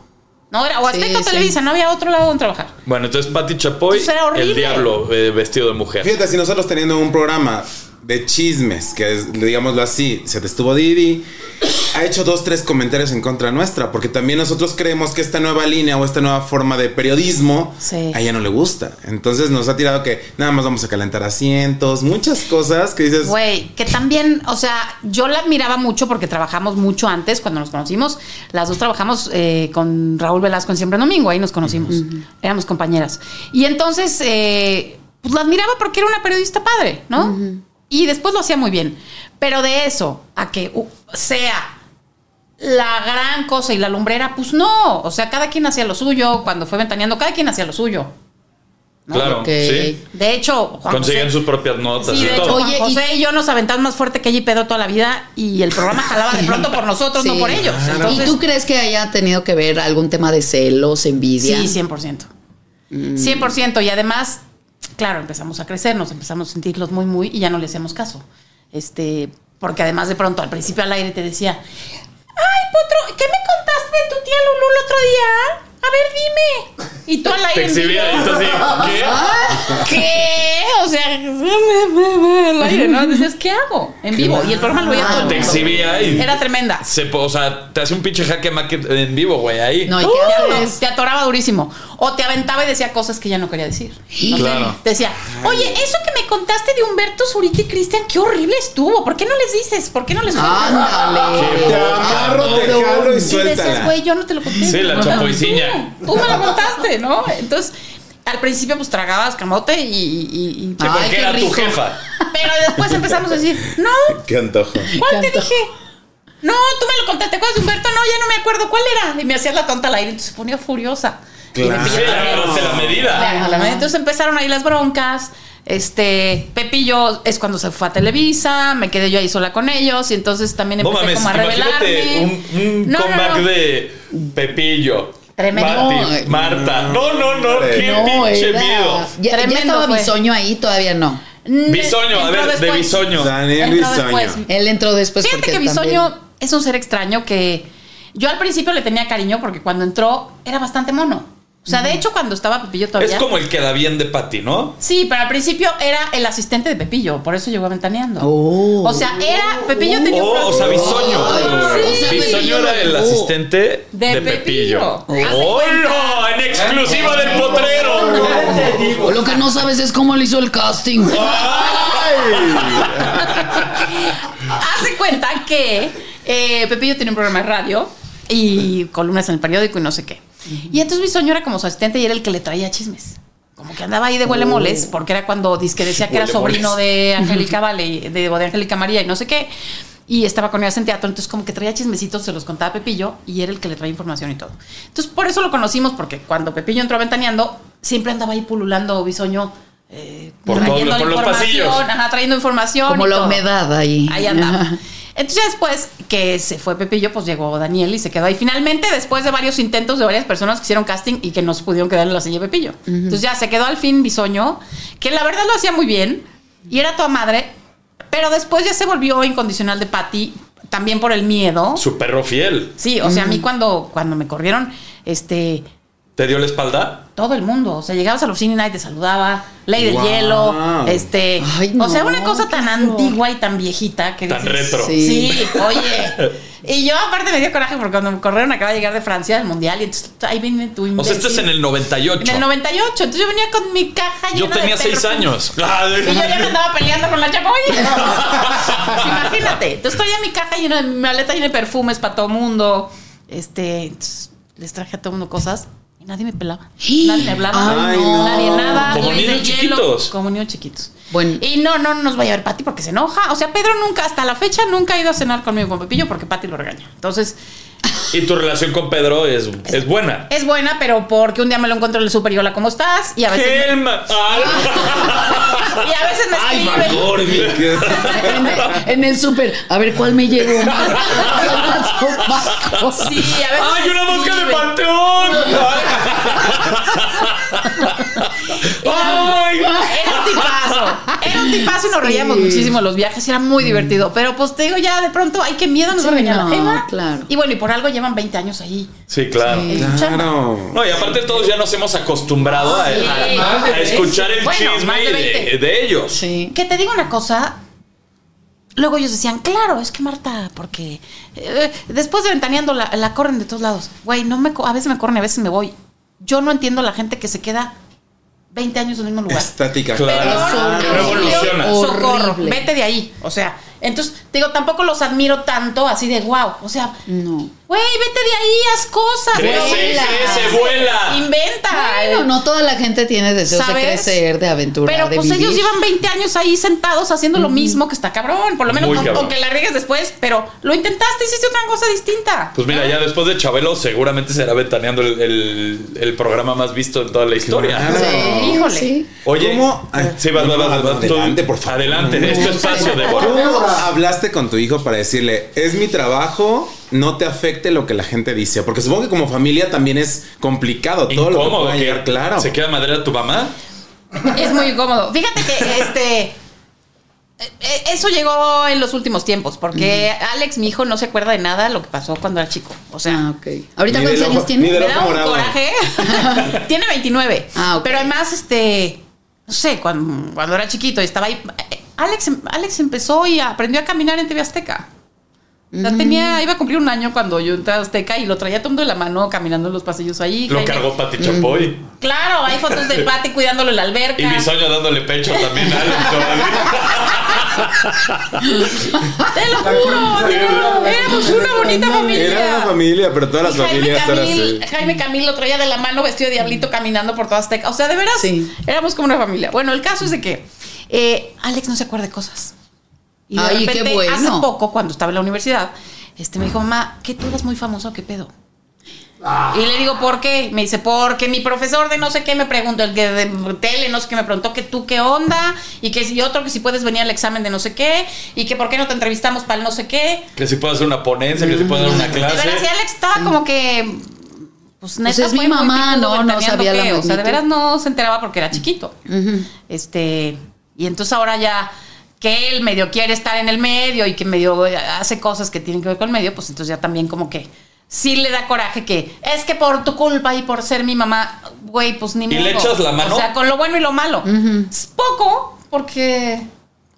[SPEAKER 2] No era o Azteca
[SPEAKER 4] Sí,
[SPEAKER 2] o
[SPEAKER 4] sí.
[SPEAKER 2] Televisa, no había otro lado donde trabajar.
[SPEAKER 1] Bueno, entonces Pati Chapoy,
[SPEAKER 2] Eso era horrible.
[SPEAKER 1] el diablo eh, vestido de mujer.
[SPEAKER 3] Fíjate, si nosotros teniendo un programa de chismes, que es, digámoslo así, se te estuvo Didi, ha hecho dos, tres comentarios en contra nuestra, porque también nosotros creemos que esta nueva línea o esta nueva forma de periodismo
[SPEAKER 2] Sí.
[SPEAKER 3] a ella no le gusta. Entonces nos ha tirado que nada más vamos a calentar asientos, muchas cosas que dices,
[SPEAKER 2] Güey, que también, o sea, yo la admiraba mucho porque trabajamos mucho antes cuando nos conocimos. Las dos trabajamos eh, con Raúl Velasco en Siempre en Domingo, ahí nos conocimos. Éramos compañeras. Y entonces, eh, pues la admiraba porque era una periodista padre, ¿no? Y después lo hacía muy bien. Pero de eso a que uh, sea la gran cosa y la lumbrera, pues no. O sea, cada quien hacía lo suyo. Cuando fue ventaneando, cada quien hacía lo suyo.
[SPEAKER 1] Claro,
[SPEAKER 4] Ok.
[SPEAKER 1] sí.
[SPEAKER 2] De hecho, Juan
[SPEAKER 1] Consiguen
[SPEAKER 2] José-
[SPEAKER 1] sus propias notas
[SPEAKER 2] Sí,
[SPEAKER 1] y
[SPEAKER 2] de hecho,
[SPEAKER 1] todo.
[SPEAKER 2] Juan
[SPEAKER 4] Oye,
[SPEAKER 2] José y... yo nos aventamos más fuerte que ella y Pedro toda la vida y el programa jalaba de pronto por nosotros, no
[SPEAKER 4] Sí.
[SPEAKER 2] por ellos. Entonces,
[SPEAKER 4] ¿Y tú crees que haya tenido que ver algún tema de celos, envidia?
[SPEAKER 2] sí, 100%.
[SPEAKER 4] Mm.
[SPEAKER 2] 100%. Y además, claro, empezamos a crecer, nos empezamos a sentirlos muy, muy y ya no le hacemos caso. Este, porque además de pronto al principio al aire te decía, ay, Potro, ¿qué me contaste de tu tía Lulú el otro día? A ver, dime. Y tú al aire...
[SPEAKER 1] Te
[SPEAKER 2] en
[SPEAKER 1] exhibía y
[SPEAKER 2] vivo.
[SPEAKER 1] entonces, ¿qué?
[SPEAKER 2] ¿Qué? O sea, al aire, ¿no? Decías, ¿qué hago? En vivo. Y el programa lo veía todo el
[SPEAKER 1] Te
[SPEAKER 2] mundo.
[SPEAKER 1] exhibía y.
[SPEAKER 2] Era tremenda.
[SPEAKER 1] se po- o sea, te hace un pinche jaque mate en vivo, güey, ahí.
[SPEAKER 4] No, ¿y
[SPEAKER 2] Te
[SPEAKER 4] qué
[SPEAKER 2] ato-
[SPEAKER 4] haces?
[SPEAKER 2] Te atoraba durísimo. O te aventaba y decía cosas que ya no quería decir. No sé,
[SPEAKER 1] Claro.
[SPEAKER 2] te decía, oye, eso que me contaste de Humberto Zurita y Cristian, qué horrible estuvo. ¿Por qué no les dices? ¿por qué no les
[SPEAKER 3] te
[SPEAKER 4] Ándale. Ah,
[SPEAKER 3] amarro, te
[SPEAKER 4] cabrón.
[SPEAKER 3] jalo y
[SPEAKER 2] Y decías,
[SPEAKER 3] suéltala.
[SPEAKER 2] güey, yo no te lo conté.
[SPEAKER 1] Sí,
[SPEAKER 2] me
[SPEAKER 1] la
[SPEAKER 2] lo contaste
[SPEAKER 1] chapoiciña.
[SPEAKER 2] Tú, Tú me lo contaste, ¿no? Entonces, al principio, pues tragabas camote y. y- y-
[SPEAKER 1] Que
[SPEAKER 4] Ay,
[SPEAKER 1] porque
[SPEAKER 4] qué
[SPEAKER 1] era tu
[SPEAKER 4] rico.
[SPEAKER 1] jefa.
[SPEAKER 2] Pero después empezamos a decir, no,
[SPEAKER 3] Qué antojo.
[SPEAKER 2] ¿Cuál te
[SPEAKER 4] Canto.
[SPEAKER 2] dije? No, tú me lo contaste. ¿Te acuerdas de Humberto? No, ya no me acuerdo. ¿Cuál era? Y me hacías la tonta al aire. Entonces se ponía furiosa. Y me
[SPEAKER 3] Claro.
[SPEAKER 1] Sí, le
[SPEAKER 2] pillaba la medida.
[SPEAKER 1] agarraste la medida.
[SPEAKER 2] Claro, la medida. Entonces empezaron ahí las broncas. Este, Pepillo es cuando se fue a Televisa, me quedé yo ahí sola con ellos y entonces también
[SPEAKER 1] No
[SPEAKER 2] empecé
[SPEAKER 1] mames,
[SPEAKER 2] como a
[SPEAKER 1] imagínate
[SPEAKER 2] revelarme.
[SPEAKER 1] un, un
[SPEAKER 2] No, no,
[SPEAKER 1] comeback
[SPEAKER 2] no.
[SPEAKER 1] de Pepillo.
[SPEAKER 2] Tremendo.
[SPEAKER 1] Pati, Marta. No,
[SPEAKER 3] No,
[SPEAKER 1] no, no. Qué
[SPEAKER 4] No,
[SPEAKER 1] pinche
[SPEAKER 4] era.
[SPEAKER 1] miedo.
[SPEAKER 4] Ya, ya
[SPEAKER 2] Tremendo
[SPEAKER 4] estaba
[SPEAKER 2] fue.
[SPEAKER 4] bisoño ahí, todavía no.
[SPEAKER 1] Bisoño, a
[SPEAKER 2] Entró
[SPEAKER 1] ver, de
[SPEAKER 2] después.
[SPEAKER 1] bisoño.
[SPEAKER 3] Daniel
[SPEAKER 2] Entró
[SPEAKER 3] Bisoño.
[SPEAKER 2] después.
[SPEAKER 4] Él entró después
[SPEAKER 2] Fíjate
[SPEAKER 4] Pues porque
[SPEAKER 2] que Bisoño es un ser extraño que yo al principio le tenía cariño porque cuando entró era bastante mono. O sea, de hecho cuando estaba Pepillo todavía
[SPEAKER 1] Es como el queda bien de Pati, ¿no?
[SPEAKER 2] Sí, pero al principio era el asistente de Pepillo, por eso llegó a Ventaneando.
[SPEAKER 4] Oh.
[SPEAKER 2] O sea, era. Pepillo tenía un
[SPEAKER 1] Oh, o sea,
[SPEAKER 2] programa-
[SPEAKER 1] Bisoño.
[SPEAKER 4] Ay, sí.
[SPEAKER 1] Bisoño era el asistente
[SPEAKER 2] De
[SPEAKER 1] de Pepillo.
[SPEAKER 2] Pepillo. Hace
[SPEAKER 1] ¡Hola!
[SPEAKER 2] cuenta.
[SPEAKER 1] En exclusiva del potrero.
[SPEAKER 4] también. Lo que no sabes es cómo le hizo el casting.
[SPEAKER 2] Hace cuenta que eh, Pepillo tenía un programa de radio y columnas en el periódico y no sé qué. Y entonces Bisoño era como su asistente y era el que le traía chismes. Como que andaba ahí de huele moles, porque era cuando dizque decía que era
[SPEAKER 1] Huele
[SPEAKER 2] sobrino
[SPEAKER 1] moles.
[SPEAKER 2] de Angélica Vale, de, o de Angélica María y no sé qué. Y estaba con ellas en teatro, entonces como que traía chismecitos, se los contaba a Pepillo y era el que le traía información y todo. Entonces por eso lo conocimos, porque cuando Pepillo entró a Ventaneando, siempre andaba ahí pululando Bisoño. eh,
[SPEAKER 1] Por todo-
[SPEAKER 2] trayendo
[SPEAKER 1] por los
[SPEAKER 2] información,
[SPEAKER 1] pasillos.
[SPEAKER 2] ajá, trayendo información.
[SPEAKER 4] Como
[SPEAKER 2] y
[SPEAKER 4] la
[SPEAKER 2] todo.
[SPEAKER 4] humedad ahí.
[SPEAKER 2] Ahí andaba. Entonces después que se fue Pepillo, pues llegó Daniel y se quedó ahí. Finalmente, después de varios intentos de varias personas que hicieron casting y que no se pudieron quedar en la silla de Pepillo. Entonces ya se quedó al fin Bisoño, que la verdad lo hacía muy bien y era toda madre, Pero después ya se volvió incondicional de Patty, también por el miedo.
[SPEAKER 1] Su perro fiel.
[SPEAKER 2] Sí, o sea, a mí cuando, cuando me corrieron, este,
[SPEAKER 1] ¿Te dio la espalda?
[SPEAKER 2] todo el mundo, o sea, llegabas a la oficina y te saludaba, ley del
[SPEAKER 3] Wow.
[SPEAKER 2] hielo, este,
[SPEAKER 4] Ay,
[SPEAKER 2] o sea, una
[SPEAKER 4] no,
[SPEAKER 2] cosa
[SPEAKER 4] qué
[SPEAKER 2] tan
[SPEAKER 4] horror.
[SPEAKER 2] antigua y tan viejita que
[SPEAKER 1] Tan
[SPEAKER 2] dices,
[SPEAKER 1] retro.
[SPEAKER 4] Sí.
[SPEAKER 2] Sí, oye. Y yo aparte me dio coraje porque cuando me corrieron acaba de llegar de Francia del Mundial y entonces ahí viene tu
[SPEAKER 1] O sea, este es en el 98.
[SPEAKER 2] En el 98, entonces yo venía con mi caja llena
[SPEAKER 1] Yo
[SPEAKER 2] de
[SPEAKER 1] tenía 6
[SPEAKER 2] perfume.
[SPEAKER 1] años.
[SPEAKER 2] Y yo ya me andaba peleando con la chapa. Oye, pues imagínate. Entonces traía mi caja llena de mi maleta llena de perfumes para todo mundo. Este, entonces, les traje a todo mundo cosas y nadie me pelaba. Nadie me hablaba.
[SPEAKER 3] Ay, no.
[SPEAKER 2] Nadie nada.
[SPEAKER 1] Como
[SPEAKER 2] ley de
[SPEAKER 1] niños
[SPEAKER 2] hielo,
[SPEAKER 1] chiquitos.
[SPEAKER 2] Como niños chiquitos.
[SPEAKER 4] Bueno.
[SPEAKER 2] Y no, no nos vaya a ver Pati porque se enoja. O sea, Pedro nunca, hasta la fecha, nunca ha ido a cenar conmigo con Pepillo porque Pati lo regaña. Entonces,
[SPEAKER 1] Y tu relación con Pedro es, es buena.
[SPEAKER 2] es buena, pero porque un día me lo encuentro en el súper y hola, ¿cómo estás? Y a veces. me-
[SPEAKER 1] Helma.
[SPEAKER 2] y a veces me escribe.
[SPEAKER 3] Que-
[SPEAKER 4] En el, en el súper. A ver, ¿cuál me
[SPEAKER 2] Sí,
[SPEAKER 4] llevo?
[SPEAKER 2] a veces.
[SPEAKER 1] ¡Ay,
[SPEAKER 2] me
[SPEAKER 1] una mosca de
[SPEAKER 2] escribe.
[SPEAKER 1] panteón! ¡Ay!
[SPEAKER 2] Era un tipazo. Era un tipazo y nos reíamos muchísimo en los viajes. Era muy divertido. Pero pues te digo, ya de pronto, ay, qué miedo nos va a
[SPEAKER 4] Mm. Sí,
[SPEAKER 2] venir la
[SPEAKER 4] no,
[SPEAKER 2] jeva.
[SPEAKER 4] claro.
[SPEAKER 2] Y bueno, y por algo llevan 20 años ahí.
[SPEAKER 1] Sí, claro.
[SPEAKER 2] en su chamba.
[SPEAKER 3] Claro.
[SPEAKER 1] No, y aparte todos ya nos hemos acostumbrado a,
[SPEAKER 2] Sí.
[SPEAKER 1] a- a escuchar el
[SPEAKER 2] Bueno, más
[SPEAKER 1] chisme
[SPEAKER 2] de
[SPEAKER 1] y de,
[SPEAKER 2] 20.
[SPEAKER 1] de ellos.
[SPEAKER 4] Sí.
[SPEAKER 2] Que te digo una cosa. Luego ellos decían, claro, es que Marta, porque eh, después de ventaneando la, la corren de todos lados. Güey, no me, co- a veces me corren, a veces me voy. Yo no entiendo a la gente que se queda 20 años en el mismo lugar.
[SPEAKER 3] Estática.
[SPEAKER 1] Claro.
[SPEAKER 2] Perdón,
[SPEAKER 1] No evolucionas.
[SPEAKER 2] Socorro,
[SPEAKER 4] Horrible.
[SPEAKER 2] vete de ahí. O sea, entonces, te digo, tampoco los admiro tanto así de wow. O sea,
[SPEAKER 4] No.
[SPEAKER 2] güey, vete de ahí, haz cosas.
[SPEAKER 1] Crece,
[SPEAKER 2] vuela,
[SPEAKER 1] crece, vuela.
[SPEAKER 2] Inventa.
[SPEAKER 4] Bueno, no toda la gente tiene deseos
[SPEAKER 2] ¿Sabes?
[SPEAKER 4] de crecer, de aventura,
[SPEAKER 2] Pero
[SPEAKER 4] de
[SPEAKER 2] pues
[SPEAKER 4] vivir.
[SPEAKER 2] ellos llevan 20 años ahí sentados haciendo lo mismo que está cabrón. Por lo menos,
[SPEAKER 1] Muy
[SPEAKER 2] no-
[SPEAKER 1] cabrón.
[SPEAKER 2] aunque la riegues después, pero lo intentaste, hiciste otra cosa distinta.
[SPEAKER 1] Pues mira, ya después de Chabelo seguramente será ventaneando el, el- el programa más visto en toda la historia.
[SPEAKER 3] Claro.
[SPEAKER 4] Sí,
[SPEAKER 2] Híjole.
[SPEAKER 4] sí.
[SPEAKER 1] Oye,
[SPEAKER 3] ¿Cómo? Ay,
[SPEAKER 1] Sí, vas, vas, vas, vas, tú-
[SPEAKER 3] adelante, por favor.
[SPEAKER 1] Adelante,
[SPEAKER 3] No,
[SPEAKER 1] es tu
[SPEAKER 3] no,
[SPEAKER 1] espacio,
[SPEAKER 2] no,
[SPEAKER 1] Débora.
[SPEAKER 3] ¿Cómo hablaste con tu hijo para decirle, es mi trabajo, no te afecte lo que la gente dice? Porque supongo que como familia también es complicado todo lo que
[SPEAKER 1] Incómodo
[SPEAKER 3] pueda
[SPEAKER 1] que
[SPEAKER 3] llegar, claro.
[SPEAKER 1] se queda madera tu mamá.
[SPEAKER 2] Es muy incómodo. Fíjate que este. eh, eh, Eso llegó en los últimos tiempos, porque Alex, mi hijo, no se acuerda de nada lo que pasó cuando era chico. O sea,
[SPEAKER 4] Ah, ok. ¿Ahorita
[SPEAKER 3] Ni
[SPEAKER 4] cuántos
[SPEAKER 3] del
[SPEAKER 4] años
[SPEAKER 3] ojo- ni
[SPEAKER 4] tiene?
[SPEAKER 3] del
[SPEAKER 2] me
[SPEAKER 3] Pero
[SPEAKER 2] da
[SPEAKER 3] ojo
[SPEAKER 2] un
[SPEAKER 3] morado.
[SPEAKER 2] coraje. Tiene 29.
[SPEAKER 4] Ah, ok.
[SPEAKER 2] Pero además, este, no sé, cuando, cuando era chiquito y estaba ahí, eh, Alex, em- Alex empezó y aprendió a caminar en TV Azteca. O
[SPEAKER 4] Mm.
[SPEAKER 2] sea, tenía, iba a cumplir un año cuando yo entré a Azteca y lo traía tomando de la mano caminando en los pasillos ahí.
[SPEAKER 1] Lo
[SPEAKER 2] Jaime-
[SPEAKER 1] cargó Pati Chapoy.
[SPEAKER 2] Claro, hay fotos de Pati cuidándolo en la alberca.
[SPEAKER 1] Y Bisoño dándole pecho también a Alex todavía.
[SPEAKER 2] Te lo juro, te lo juro. Éramos una bonita familia.
[SPEAKER 3] Era una familia, pero todas las
[SPEAKER 2] Y Jaime
[SPEAKER 3] familias eran así.
[SPEAKER 2] Camil, Jaime Camil lo traía de la mano vestido de diablito caminando por toda Azteca. O sea, de veras,
[SPEAKER 4] Sí.
[SPEAKER 2] éramos como una familia. Bueno, el caso es de que eh, Alex no se acuerda de cosas. Y de
[SPEAKER 4] Ay, qué
[SPEAKER 2] repente,
[SPEAKER 4] bueno.
[SPEAKER 2] hace poco, cuando estaba en la universidad, este, me dijo, mamá, ¿qué tú eras muy famoso o qué pedo?
[SPEAKER 3] Ah.
[SPEAKER 2] Y le digo, ¿por qué? Me dice, porque mi profesor de no sé qué me preguntó, el que de tele, no sé qué, me preguntó que tú qué onda, y que si otro que si puedes venir al examen de no sé qué, y que por qué no te entrevistamos para el no sé qué.
[SPEAKER 1] Que si puede hacer una ponencia, que si puede dar una
[SPEAKER 2] De
[SPEAKER 1] clase.
[SPEAKER 2] veras, y Alex estaba como que. Pues neta,
[SPEAKER 4] Pues es
[SPEAKER 2] fue
[SPEAKER 4] mi
[SPEAKER 2] muy picudo
[SPEAKER 4] mamá, no, no
[SPEAKER 2] ventaneando
[SPEAKER 4] sabía la
[SPEAKER 2] que, O sea, de
[SPEAKER 4] magnitud.
[SPEAKER 2] veras no se enteraba porque era chiquito.
[SPEAKER 4] Ujú.
[SPEAKER 2] Este. Y entonces ahora ya que él medio quiere estar en el medio y que medio eh, hace cosas que tienen que ver con el medio, pues entonces ya también como que. Sí le da coraje que es que por tu culpa y por ser mi mamá, güey, pues ni
[SPEAKER 1] ¿Y
[SPEAKER 2] modo.
[SPEAKER 1] le echas la mano?
[SPEAKER 2] O sea, con lo bueno y lo malo. Es poco porque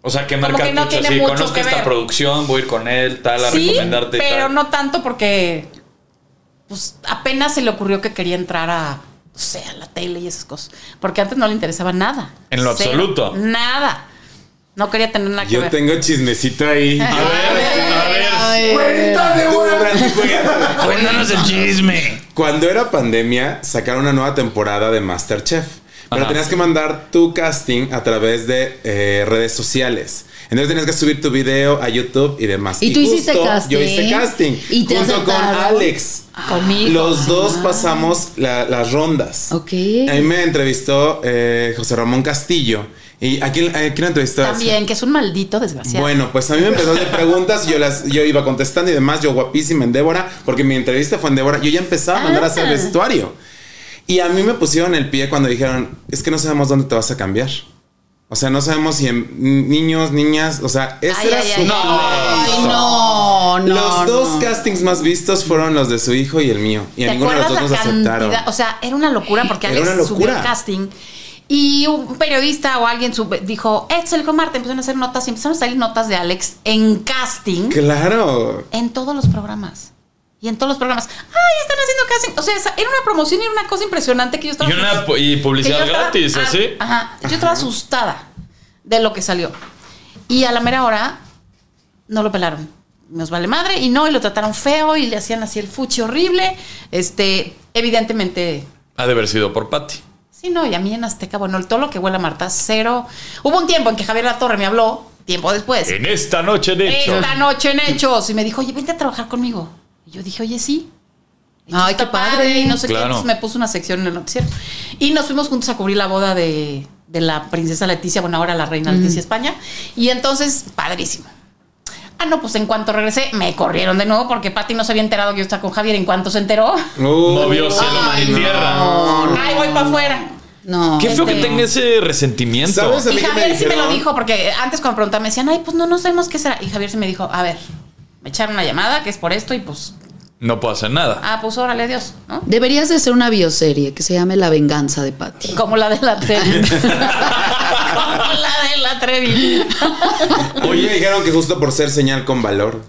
[SPEAKER 1] O sea, que
[SPEAKER 2] Como
[SPEAKER 1] marca
[SPEAKER 2] que no
[SPEAKER 1] mucho.
[SPEAKER 2] tiene
[SPEAKER 1] Sí,
[SPEAKER 2] mucho
[SPEAKER 1] conozco
[SPEAKER 2] que
[SPEAKER 1] esta
[SPEAKER 2] ver.
[SPEAKER 1] producción, voy a ir con él, tal, a
[SPEAKER 2] sí,
[SPEAKER 1] recomendarte. y
[SPEAKER 2] pero
[SPEAKER 1] tal.
[SPEAKER 2] no tanto porque pues apenas se le ocurrió que quería entrar a o sea, a la tele y esas cosas, porque antes no le interesaba nada.
[SPEAKER 1] En lo
[SPEAKER 2] Cero.
[SPEAKER 1] absoluto.
[SPEAKER 2] Nada. No quería tener nada que
[SPEAKER 3] Yo
[SPEAKER 2] ver.
[SPEAKER 3] tengo chismecito ahí.
[SPEAKER 1] A ver, a ver.
[SPEAKER 7] Cuenta de
[SPEAKER 3] Tú,
[SPEAKER 7] una.
[SPEAKER 3] Brad, cuéntame.
[SPEAKER 1] Cuéntanos el chisme.
[SPEAKER 3] Cuando era pandemia, sacaron una nueva temporada de Masterchef. Pero
[SPEAKER 1] Ajá.
[SPEAKER 3] tenías que mandar tu casting a través de eh, redes sociales. Entonces tenías que subir tu video a YouTube y demás.
[SPEAKER 4] ¿Y tú hiciste
[SPEAKER 3] justo
[SPEAKER 4] casting?
[SPEAKER 3] Yo hice casting.
[SPEAKER 4] ¿Y te
[SPEAKER 3] junto con
[SPEAKER 4] aceptaron? Ah.
[SPEAKER 3] Alex.
[SPEAKER 2] Conmigo.
[SPEAKER 3] Los dos pasamos la- las rondas.
[SPEAKER 4] Ok.
[SPEAKER 3] A mí me entrevistó eh, José Ramón Castillo. ¿Y a quién, a quién entrevistó?
[SPEAKER 2] También, que es un maldito desgraciado.
[SPEAKER 3] Bueno, pues a mí me empezó a hacer preguntas, yo las, yo iba contestando y demás, yo guapísima en Débora, porque mi entrevista fue en Débora, yo ya empezaba a mandar a hacer
[SPEAKER 2] Ah.
[SPEAKER 3] vestuario. Y a mí me pusieron el pie cuando dijeron, es que no sabemos dónde te vas a cambiar. O sea, no sabemos si en niños, niñas, o sea, ese
[SPEAKER 4] Ay,
[SPEAKER 3] era
[SPEAKER 4] ay,
[SPEAKER 3] su
[SPEAKER 4] ay, ay,
[SPEAKER 3] pleito.
[SPEAKER 4] no, no.
[SPEAKER 3] los dos
[SPEAKER 4] no.
[SPEAKER 3] castings más vistos fueron los de su hijo y el mío. Y a
[SPEAKER 2] ¿Te
[SPEAKER 3] ninguno de los
[SPEAKER 2] acuerdas
[SPEAKER 3] dos nos
[SPEAKER 2] la
[SPEAKER 3] aceptaron.
[SPEAKER 2] cantidad? O sea, era una locura porque
[SPEAKER 3] Era
[SPEAKER 2] Alex
[SPEAKER 3] una
[SPEAKER 2] subió el
[SPEAKER 3] locura.
[SPEAKER 2] casting y un periodista o alguien sube- dijo, Edsel con Marta, empezaron a hacer notas y empezaron a salir notas de Alex en casting
[SPEAKER 3] claro.
[SPEAKER 2] en todos los programas. Y en todos los programas, ¡ay, están haciendo casting! O sea, esa- era una promoción y era una cosa impresionante que yo estaba...
[SPEAKER 1] Y una
[SPEAKER 2] que
[SPEAKER 1] pu- y publicidad
[SPEAKER 2] yo estaba-
[SPEAKER 1] gratis,
[SPEAKER 2] ah,
[SPEAKER 1] así.
[SPEAKER 2] Ajá, yo estaba asustada de lo que salió. Y a la mera hora no lo pelaron. Nos vale madre. Y no, y lo trataron feo y le hacían así el fuchi horrible. Este, evidentemente,
[SPEAKER 1] Ha de haber sido por Patty.
[SPEAKER 2] sí, no, y a mí en Azteca, bueno, todo lo que huele a Marta, cero. Hubo un tiempo en que Javier La Torre me habló, tiempo después.
[SPEAKER 1] En esta noche, de hecho.
[SPEAKER 2] Esta noche en Hechos. Y me dijo, oye, vente a trabajar conmigo. Y yo dije, oye, sí. Hechos
[SPEAKER 4] Ay,
[SPEAKER 2] está
[SPEAKER 4] qué padre.
[SPEAKER 2] Y no sé
[SPEAKER 1] Claro.
[SPEAKER 2] qué. Entonces me puso una sección en el noticiero. Y nos fuimos juntos a cubrir la boda de, de la princesa Leticia, bueno, ahora la reina Leticia España. Y entonces, padrísimo. Ah, no, pues en cuanto regresé, me corrieron de nuevo porque Pati no se había enterado que yo estaba con Javier. En cuanto se enteró,
[SPEAKER 3] Uh,
[SPEAKER 1] Movió cielo, mar y
[SPEAKER 4] no.
[SPEAKER 1] tierra.
[SPEAKER 2] ay, voy para afuera.
[SPEAKER 4] No.
[SPEAKER 1] Qué feo que
[SPEAKER 2] Este-
[SPEAKER 1] tenga ese resentimiento.
[SPEAKER 3] ¿Sabes? A mí
[SPEAKER 2] Y
[SPEAKER 3] que me
[SPEAKER 2] Javier sí me lo
[SPEAKER 3] dijeron-
[SPEAKER 2] dijo, porque antes cuando preguntaba me decían, ay, pues no, no sabemos qué será. Y Javier sí me dijo, a ver, me echaron una llamada que es por esto y pues
[SPEAKER 1] No puedo hacer nada.
[SPEAKER 2] Ah, pues órale, Dios, ¿no?
[SPEAKER 4] Deberías de hacer una bioserie que se llame La venganza de Patty.
[SPEAKER 2] Como la de la Trevi. Como la de la Trevi.
[SPEAKER 3] Oye, me dijeron que justo por ser señal con valor.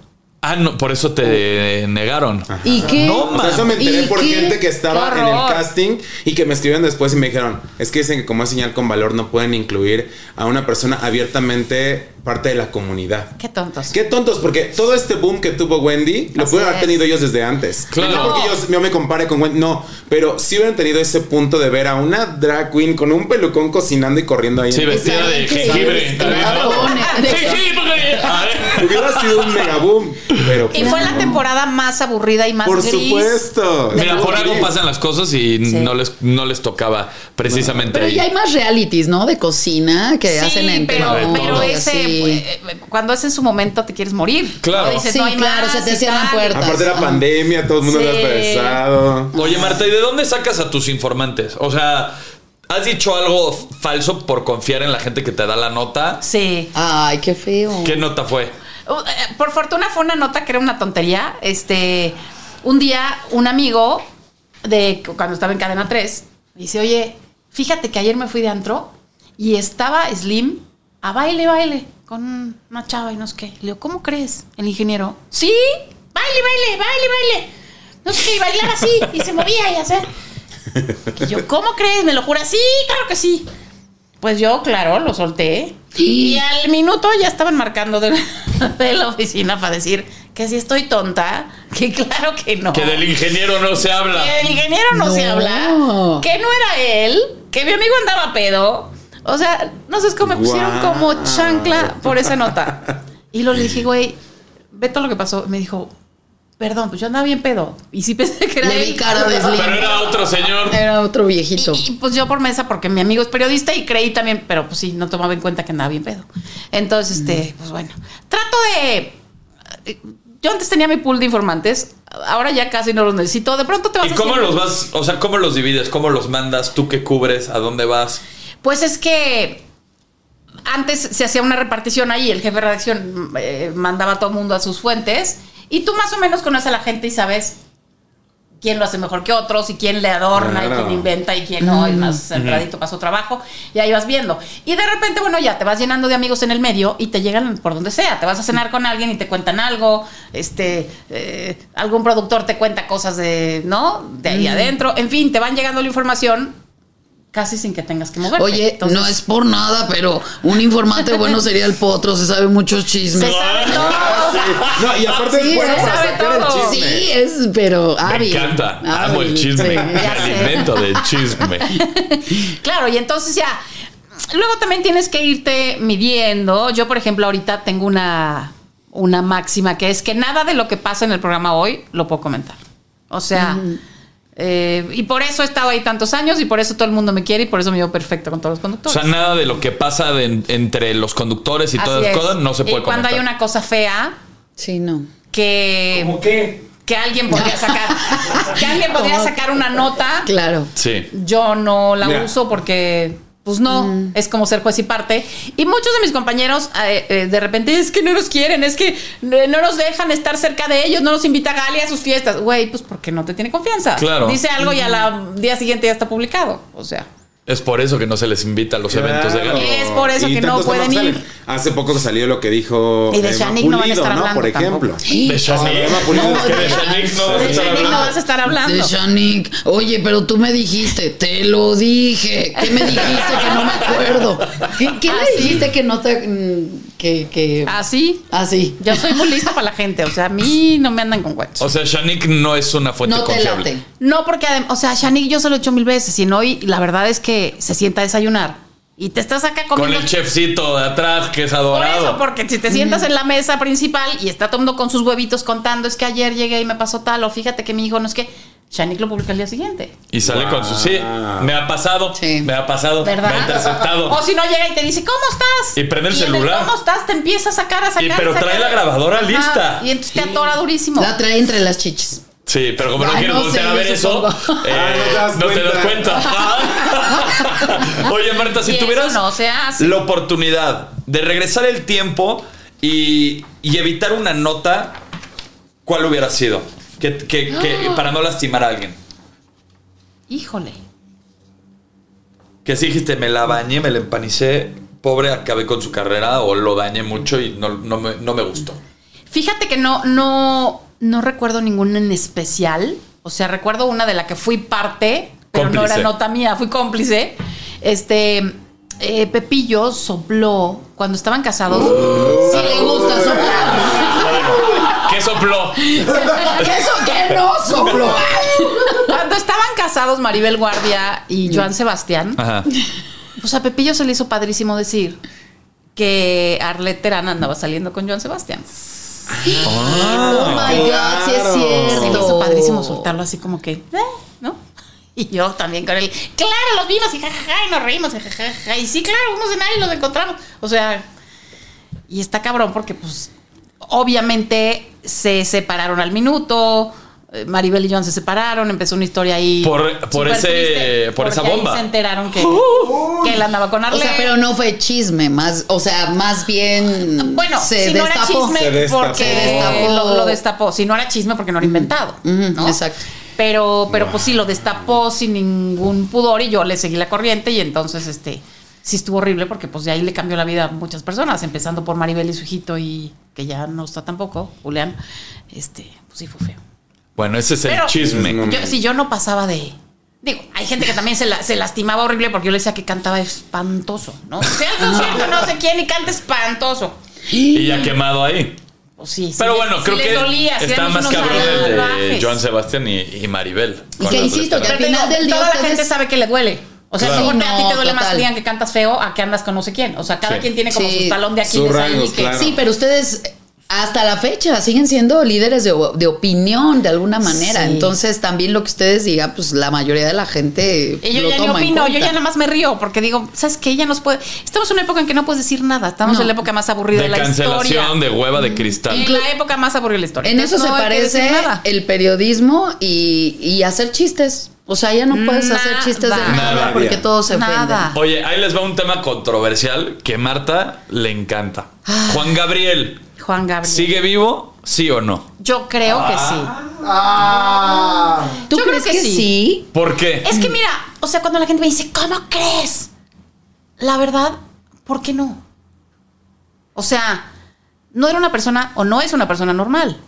[SPEAKER 1] Ah, no, por eso te negaron.
[SPEAKER 4] ¿Y qué?
[SPEAKER 1] No,
[SPEAKER 3] O sea, eso me enteré
[SPEAKER 4] ¿Y
[SPEAKER 3] por
[SPEAKER 4] qué?
[SPEAKER 3] gente que estaba
[SPEAKER 2] ¡Qué
[SPEAKER 3] en el
[SPEAKER 2] horror!
[SPEAKER 3] casting y que me escribieron después y me dijeron, es que dicen que como es señal con valor no pueden incluir a una persona abiertamente parte de la comunidad.
[SPEAKER 2] Qué tontos.
[SPEAKER 3] Qué tontos, porque todo este boom que tuvo Wendy lo
[SPEAKER 2] Así
[SPEAKER 3] pudieron haber
[SPEAKER 2] es.
[SPEAKER 3] tenido ellos desde antes.
[SPEAKER 1] Claro.
[SPEAKER 3] No porque yo, yo me compare con Wendy, no, pero sí hubieran tenido ese punto de ver a una drag queen con un pelucón cocinando y corriendo ahí.
[SPEAKER 1] Sí,
[SPEAKER 3] en-
[SPEAKER 1] vestida de
[SPEAKER 4] Exacto.
[SPEAKER 1] jengibre.
[SPEAKER 4] Sí,
[SPEAKER 1] también, ¿no?
[SPEAKER 4] de-
[SPEAKER 1] Sí, sí, porque. A ver.
[SPEAKER 3] Hubiera sido un mega boom, pero
[SPEAKER 2] Y
[SPEAKER 3] pues,
[SPEAKER 2] fue la temporada más aburrida y más
[SPEAKER 3] Por
[SPEAKER 2] gris.
[SPEAKER 3] supuesto.
[SPEAKER 1] Mira, por algo
[SPEAKER 3] Gris.
[SPEAKER 1] pasan las cosas y no, les, no les tocaba precisamente
[SPEAKER 4] Pero
[SPEAKER 1] ahí.
[SPEAKER 4] ya hay más realities, ¿no? De cocina que
[SPEAKER 2] Sí,
[SPEAKER 4] hacen en
[SPEAKER 2] pero,
[SPEAKER 1] Telemundo
[SPEAKER 2] pero
[SPEAKER 1] y
[SPEAKER 2] ese, pues, eh, cuando es en su momento, te quieres morir.
[SPEAKER 1] Claro.
[SPEAKER 2] ¿no? Dices,
[SPEAKER 4] Sí,
[SPEAKER 2] no hay
[SPEAKER 4] claro,
[SPEAKER 2] más
[SPEAKER 4] se te
[SPEAKER 2] y
[SPEAKER 4] cierran
[SPEAKER 2] tal.
[SPEAKER 4] puertas.
[SPEAKER 3] Aparte de la
[SPEAKER 4] Ah.
[SPEAKER 3] pandemia, todo el mundo lo ha
[SPEAKER 2] Sí.
[SPEAKER 3] atravesado.
[SPEAKER 1] Oye, Marta, ¿y de dónde sacas a tus informantes? O sea, ¿has dicho algo f- falso por confiar en la gente que te da la nota?
[SPEAKER 2] Sí.
[SPEAKER 4] Ay, qué feo.
[SPEAKER 1] ¿Qué nota fue?
[SPEAKER 2] Uh, eh, Por fortuna fue una nota que era una tontería. Este, un día un amigo de cuando estaba en Cadena 3 dice, "Oye, fíjate que ayer me fui de antro y estaba Slim a baile, baile con una chava y no sé qué." Le digo, "¿Cómo crees?" El ingeniero, "Sí, baile, baile, baile, baile." No sé qué, y bailaba así y se movía y hacer. Y yo, "¿Cómo crees? ¿Me lo juras?" "Sí, claro que sí." Pues yo, claro, lo solté. Y al minuto ya estaban marcando de la, de la oficina para decir que si estoy tonta, que claro que no.
[SPEAKER 1] Que del ingeniero no se habla.
[SPEAKER 2] Que del ingeniero no, se
[SPEAKER 4] No.
[SPEAKER 2] habla. Que no era él. Que mi amigo andaba pedo. O sea, no sé, es como me pusieron
[SPEAKER 3] Guau.
[SPEAKER 2] como chancla por esa nota. Y lo le dije, güey, ve todo lo que pasó. Me dijo, perdón, pues yo andaba bien pedo. Y sí pensé que era
[SPEAKER 4] Le
[SPEAKER 2] él.
[SPEAKER 4] vi cara de Slim.
[SPEAKER 1] Pero era otro señor.
[SPEAKER 4] Era otro viejito.
[SPEAKER 2] Y, y, pues yo por mesa, porque mi amigo es periodista y creí también, pero pues sí, no tomaba en cuenta que andaba bien pedo. Entonces, este, pues bueno, trato de... eh, Yo antes tenía mi pool de informantes, ahora ya casi no los necesito. De pronto te vas
[SPEAKER 1] ¿Y cómo
[SPEAKER 2] haciendo-
[SPEAKER 1] los vas? O sea, ¿cómo los divides? ¿Cómo los mandas? ¿Tú qué cubres? ¿A dónde vas?
[SPEAKER 2] Pues es que antes se hacía una repartición ahí, el jefe de redacción eh, mandaba a todo el mundo a sus fuentes y tú más o menos conoces a la gente y sabes quién lo hace mejor que otros y quién le adorna y
[SPEAKER 3] Claro.
[SPEAKER 2] quién inventa y quién no, el más centradito para su trabajo y ahí vas viendo. Y de repente, bueno, ya te vas llenando de amigos en el medio y te llegan por donde sea, te vas a cenar con alguien y te cuentan algo, este, eh, algún productor te cuenta cosas de, ¿no? De ahí adentro, en fin, te van llegando la información casi sin que tengas que moverte.
[SPEAKER 4] Oye,
[SPEAKER 2] Entonces,
[SPEAKER 4] no es por nada, pero un informante bueno sería el potro, se sabe muchos chismes.
[SPEAKER 2] se sabe todo.
[SPEAKER 3] Ah, sí. No, y aparte
[SPEAKER 4] Sí,
[SPEAKER 3] es bueno
[SPEAKER 4] se
[SPEAKER 3] para
[SPEAKER 2] sabe
[SPEAKER 3] sacar
[SPEAKER 2] todo.
[SPEAKER 3] el chisme.
[SPEAKER 4] Sí, es, pero hábil.
[SPEAKER 1] Me encanta. Amo
[SPEAKER 4] Hábil,
[SPEAKER 1] el chisme.
[SPEAKER 4] sí.
[SPEAKER 1] Me
[SPEAKER 2] ya sé.
[SPEAKER 1] alimento del chisme.
[SPEAKER 2] Claro, y entonces ya. Luego también tienes que irte midiendo. Yo, por ejemplo, ahorita tengo una, una máxima que es que nada de lo que pasa en el programa hoy lo puedo comentar. O sea, eh, y por eso he estado ahí tantos años y por eso todo el mundo me quiere y por eso me llevo perfecto con todos los
[SPEAKER 1] O
[SPEAKER 2] conductores.
[SPEAKER 1] sea, nada de lo que pasa de en- entre los conductores y todas
[SPEAKER 2] Así
[SPEAKER 1] las
[SPEAKER 2] es.
[SPEAKER 1] cosas no se puede
[SPEAKER 2] Y cuando
[SPEAKER 1] comentar.
[SPEAKER 2] hay una cosa fea
[SPEAKER 4] Sí, no.
[SPEAKER 2] que,
[SPEAKER 7] qué?
[SPEAKER 2] que alguien podría sacar, que alguien podría
[SPEAKER 4] ¿Cómo?
[SPEAKER 2] sacar una nota,
[SPEAKER 4] Claro.
[SPEAKER 1] Sí.
[SPEAKER 2] yo no la
[SPEAKER 3] Mira.
[SPEAKER 2] uso porque Pues no, es como ser juez y parte. Y muchos de mis compañeros eh, eh, de repente es que no nos quieren, es que eh, no nos dejan estar cerca de ellos, no nos invita Gali a sus fiestas. Güey, pues porque no te tiene confianza.
[SPEAKER 1] Claro.
[SPEAKER 2] Dice algo y al día siguiente ya está publicado. O sea,
[SPEAKER 1] Es por eso que no se les invita a los eventos de
[SPEAKER 3] Claro.
[SPEAKER 1] gala.
[SPEAKER 2] Es por eso que no
[SPEAKER 3] tantos temas
[SPEAKER 2] pueden
[SPEAKER 3] salen.
[SPEAKER 2] ir.
[SPEAKER 3] Hace poco salió lo que dijo. eh,
[SPEAKER 2] Y de Shanique no van a estar hablando
[SPEAKER 3] Por ejemplo.
[SPEAKER 2] tampoco.
[SPEAKER 1] De Shanique.
[SPEAKER 3] Emma Pulido,
[SPEAKER 1] No,
[SPEAKER 3] es que
[SPEAKER 1] de Shanique no vas a
[SPEAKER 2] de
[SPEAKER 1] estar
[SPEAKER 2] Shanique no
[SPEAKER 1] hablando.
[SPEAKER 2] vas a estar hablando.
[SPEAKER 4] De Shanique. Oye, pero tú me dijiste, te lo dije. ¿Qué me dijiste que no me acuerdo? ¿Qué, qué
[SPEAKER 2] Ah,
[SPEAKER 4] le
[SPEAKER 2] sí.
[SPEAKER 4] dijiste que no te. mm, que. que ah,
[SPEAKER 2] Así.
[SPEAKER 4] así?
[SPEAKER 2] Yo soy muy lista para la gente. O sea, a mí no me andan con cuentos.
[SPEAKER 1] O sea, Shanique no es una fuente
[SPEAKER 4] No te
[SPEAKER 1] confiable.
[SPEAKER 4] late.
[SPEAKER 2] No, porque, adem- o sea, Shanique yo se lo he hecho mil veces, y no, y la verdad es que se sienta a desayunar. Y te estás acá
[SPEAKER 1] Con
[SPEAKER 2] comiendo.
[SPEAKER 1] el chefcito de atrás que es
[SPEAKER 2] Por
[SPEAKER 1] adorado.
[SPEAKER 2] eso, porque si te sientas en la mesa principal y está todo el mundo con sus huevitos contando, es que ayer llegué y me pasó tal, o fíjate que mi hijo no es que. Shanique lo publica el día siguiente.
[SPEAKER 1] Y sale con su. Sí, me ha pasado.
[SPEAKER 4] Sí.
[SPEAKER 1] Me ha pasado.
[SPEAKER 2] ¿Verdad?
[SPEAKER 1] Me ha interceptado.
[SPEAKER 2] O si no llega y te dice, ¿cómo estás?
[SPEAKER 1] Y prende el
[SPEAKER 2] en
[SPEAKER 1] celular.
[SPEAKER 2] ¿Cómo estás? Te empieza a sacar, a sacar.
[SPEAKER 1] Y pero
[SPEAKER 2] a sacar.
[SPEAKER 1] trae la grabadora lista.
[SPEAKER 2] Y entonces te atora durísimo.
[SPEAKER 4] La trae entre las chichis.
[SPEAKER 1] Sí, pero como no
[SPEAKER 4] Ay,
[SPEAKER 1] quieres
[SPEAKER 4] no
[SPEAKER 1] voltear
[SPEAKER 4] sé,
[SPEAKER 1] a ver
[SPEAKER 4] yo
[SPEAKER 1] eso,
[SPEAKER 4] supongo.
[SPEAKER 1] eh,
[SPEAKER 3] Ah, no te das
[SPEAKER 1] no te das
[SPEAKER 3] cuenta.
[SPEAKER 1] cuenta. Oye, Marta, si
[SPEAKER 2] Y eso
[SPEAKER 1] tuvieras
[SPEAKER 2] no se hace.
[SPEAKER 1] la oportunidad de regresar el tiempo y, y evitar una nota, ¿cuál hubiera sido? Que, que- que- para no lastimar a alguien.
[SPEAKER 2] Híjole.
[SPEAKER 1] Que si dijiste, me la bañé, me la empanicé, pobre, acabé con su carrera o lo dañé mucho y no, no me, no me gustó.
[SPEAKER 2] Fíjate que no, no, no recuerdo ninguna en especial. O sea, recuerdo una de la que fui parte, pero no
[SPEAKER 1] Cómplice.
[SPEAKER 2] era nota mía, fui cómplice. Este, eh, Pepillo sopló cuando estaban casados.
[SPEAKER 4] Si le gusta soplar.
[SPEAKER 1] ¿Qué sopló?
[SPEAKER 2] Ah,
[SPEAKER 4] Eso que no soplo.
[SPEAKER 2] Cuando estaban casados Maribel Guardia y Joan Sebastián,
[SPEAKER 1] Ajá.
[SPEAKER 2] pues a Pepillo se le hizo padrísimo decir que Arlette Terán andaba saliendo con Joan Sebastián.
[SPEAKER 4] Oh my God, sí es cierto.
[SPEAKER 2] Se me hizo padrísimo
[SPEAKER 4] Oh.
[SPEAKER 2] soltarlo así como que, eh, ¿no? Y yo también con él, claro, los vimos y jajaja, y nos reímos y jajaja, y sí, claro, fuimos a cenar y los encontramos. O sea, y está cabrón porque, pues, obviamente se separaron al minuto. eh, Maribel y John se separaron, empezó una historia ahí.
[SPEAKER 1] Por- por
[SPEAKER 2] súper
[SPEAKER 1] ese- por esa
[SPEAKER 2] porque ahí
[SPEAKER 1] bomba.
[SPEAKER 2] se enteraron que, que él andaba con
[SPEAKER 4] O
[SPEAKER 2] Arlene.
[SPEAKER 4] sea, pero no fue chisme, más, o sea, más bien
[SPEAKER 2] Bueno,
[SPEAKER 4] se
[SPEAKER 2] si no
[SPEAKER 4] destapó.
[SPEAKER 2] era
[SPEAKER 3] Se
[SPEAKER 2] chisme,
[SPEAKER 3] destapó.
[SPEAKER 2] porque
[SPEAKER 4] Se destapó.
[SPEAKER 2] Lo, lo destapó. Si no era chisme, porque no era inventado.
[SPEAKER 4] Ujú,
[SPEAKER 2] ¿no?
[SPEAKER 4] exacto.
[SPEAKER 2] Pero, pero pues sí, lo destapó sin ningún pudor y yo le seguí la corriente y entonces, este, sí estuvo horrible porque pues de ahí le cambió la vida a muchas personas, empezando por Maribel y su hijito y que ya no está tampoco, Julián. Este, pues sí fue feo.
[SPEAKER 1] Bueno, ese es el
[SPEAKER 2] Pero-
[SPEAKER 1] chisme.
[SPEAKER 3] No,
[SPEAKER 2] Yo- si yo no pasaba de. Digo, hay gente que también se, la- se lastimaba horrible porque yo le decía que cantaba espantoso, ¿no? Sea al concierto, no sé quién y canta espantoso.
[SPEAKER 1] Y ya quemado ahí.
[SPEAKER 2] Pues sí, sí
[SPEAKER 1] Pero
[SPEAKER 2] les-
[SPEAKER 1] bueno,
[SPEAKER 2] sí
[SPEAKER 1] creo
[SPEAKER 2] les
[SPEAKER 1] que
[SPEAKER 2] dolía, sí
[SPEAKER 1] está
[SPEAKER 2] éramos
[SPEAKER 1] más
[SPEAKER 2] unos
[SPEAKER 1] cabrón el de
[SPEAKER 2] salvajes.
[SPEAKER 1] Joan Sebastián y, y Maribel.
[SPEAKER 4] Y
[SPEAKER 1] Con
[SPEAKER 4] que
[SPEAKER 1] la
[SPEAKER 4] insisto,
[SPEAKER 1] otra
[SPEAKER 4] que
[SPEAKER 2] Pero
[SPEAKER 4] al
[SPEAKER 1] historia.
[SPEAKER 2] te
[SPEAKER 4] final
[SPEAKER 2] digo,
[SPEAKER 4] del día
[SPEAKER 2] toda la
[SPEAKER 4] ustedes-
[SPEAKER 2] gente sabe que le duele. O sea,
[SPEAKER 4] Claro.
[SPEAKER 2] sí, porque a ti
[SPEAKER 4] No,
[SPEAKER 2] te duele más
[SPEAKER 4] total.
[SPEAKER 2] que digan que cantas feo a que andas con no sé quién. O sea, cada
[SPEAKER 1] Sí.
[SPEAKER 2] quien tiene como
[SPEAKER 4] Sí.
[SPEAKER 2] su talón de
[SPEAKER 3] Sus
[SPEAKER 2] Aquiles ahí.
[SPEAKER 3] rangos,
[SPEAKER 2] que-
[SPEAKER 3] claro.
[SPEAKER 4] Sí, pero ustedes eh, hasta la fecha siguen siendo líderes de, o- de opinión de alguna manera.
[SPEAKER 2] Sí.
[SPEAKER 4] Entonces, también lo que ustedes digan, pues la mayoría de la gente.
[SPEAKER 2] Y yo
[SPEAKER 4] lo
[SPEAKER 2] ya ni
[SPEAKER 4] toma en
[SPEAKER 2] opino, yo
[SPEAKER 4] cuenta.
[SPEAKER 2] ya nada más me río porque digo, ¿sabes qué? Ya nos puede. Estamos en una época en que no puedes decir nada. Estamos
[SPEAKER 4] No.
[SPEAKER 2] en la época más aburrida de,
[SPEAKER 1] de
[SPEAKER 2] la
[SPEAKER 1] cancelación,
[SPEAKER 2] historia. Mm.
[SPEAKER 1] de hueva, de cristal.
[SPEAKER 2] En la época más aburrida de la historia.
[SPEAKER 4] En eso
[SPEAKER 2] Entonces,
[SPEAKER 4] se
[SPEAKER 2] no hay que
[SPEAKER 4] parece
[SPEAKER 2] decir nada.
[SPEAKER 4] el periodismo y, y hacer chistes. O sea, ya no puedes hacer chistes de
[SPEAKER 2] Mm, Nada.
[SPEAKER 4] nada porque todos se ofenden.
[SPEAKER 2] Nada.
[SPEAKER 1] Oye, ahí les va un tema controversial que Marta le encanta.
[SPEAKER 2] Ah.
[SPEAKER 1] Juan Gabriel,
[SPEAKER 2] Juan Gabriel.
[SPEAKER 1] ¿sigue Ah. vivo? ¿Sí o no?
[SPEAKER 2] Yo creo que sí.
[SPEAKER 4] ¿Tú
[SPEAKER 2] Yo creo
[SPEAKER 4] crees
[SPEAKER 2] que
[SPEAKER 4] que,
[SPEAKER 2] sí.
[SPEAKER 4] sí?
[SPEAKER 1] ¿Por qué?
[SPEAKER 2] Es que mira, o sea, cuando la gente me dice, ¿cómo crees? La verdad, ¿por qué no? O sea, no era una persona o no es una persona normal.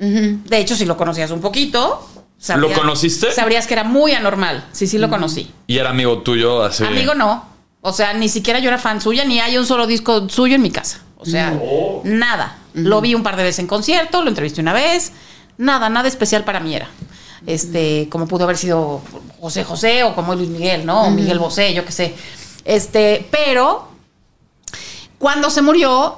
[SPEAKER 2] De hecho, si lo conocías un poquito,
[SPEAKER 1] ¿Lo conociste?
[SPEAKER 2] Sabrías que era muy anormal. Sí, sí lo conocí.
[SPEAKER 1] Y era amigo tuyo así.
[SPEAKER 2] Amigo no. O sea, ni siquiera yo era fan suya, ni hay un solo disco suyo en mi casa. O sea, nada. Lo vi un par de veces en concierto, lo entrevisté una vez. Nada, nada especial para mí era. Este, como pudo haber sido José José o como Luis Miguel, ¿no? O Miguel Bosé, yo qué sé. Este, pero cuando se murió,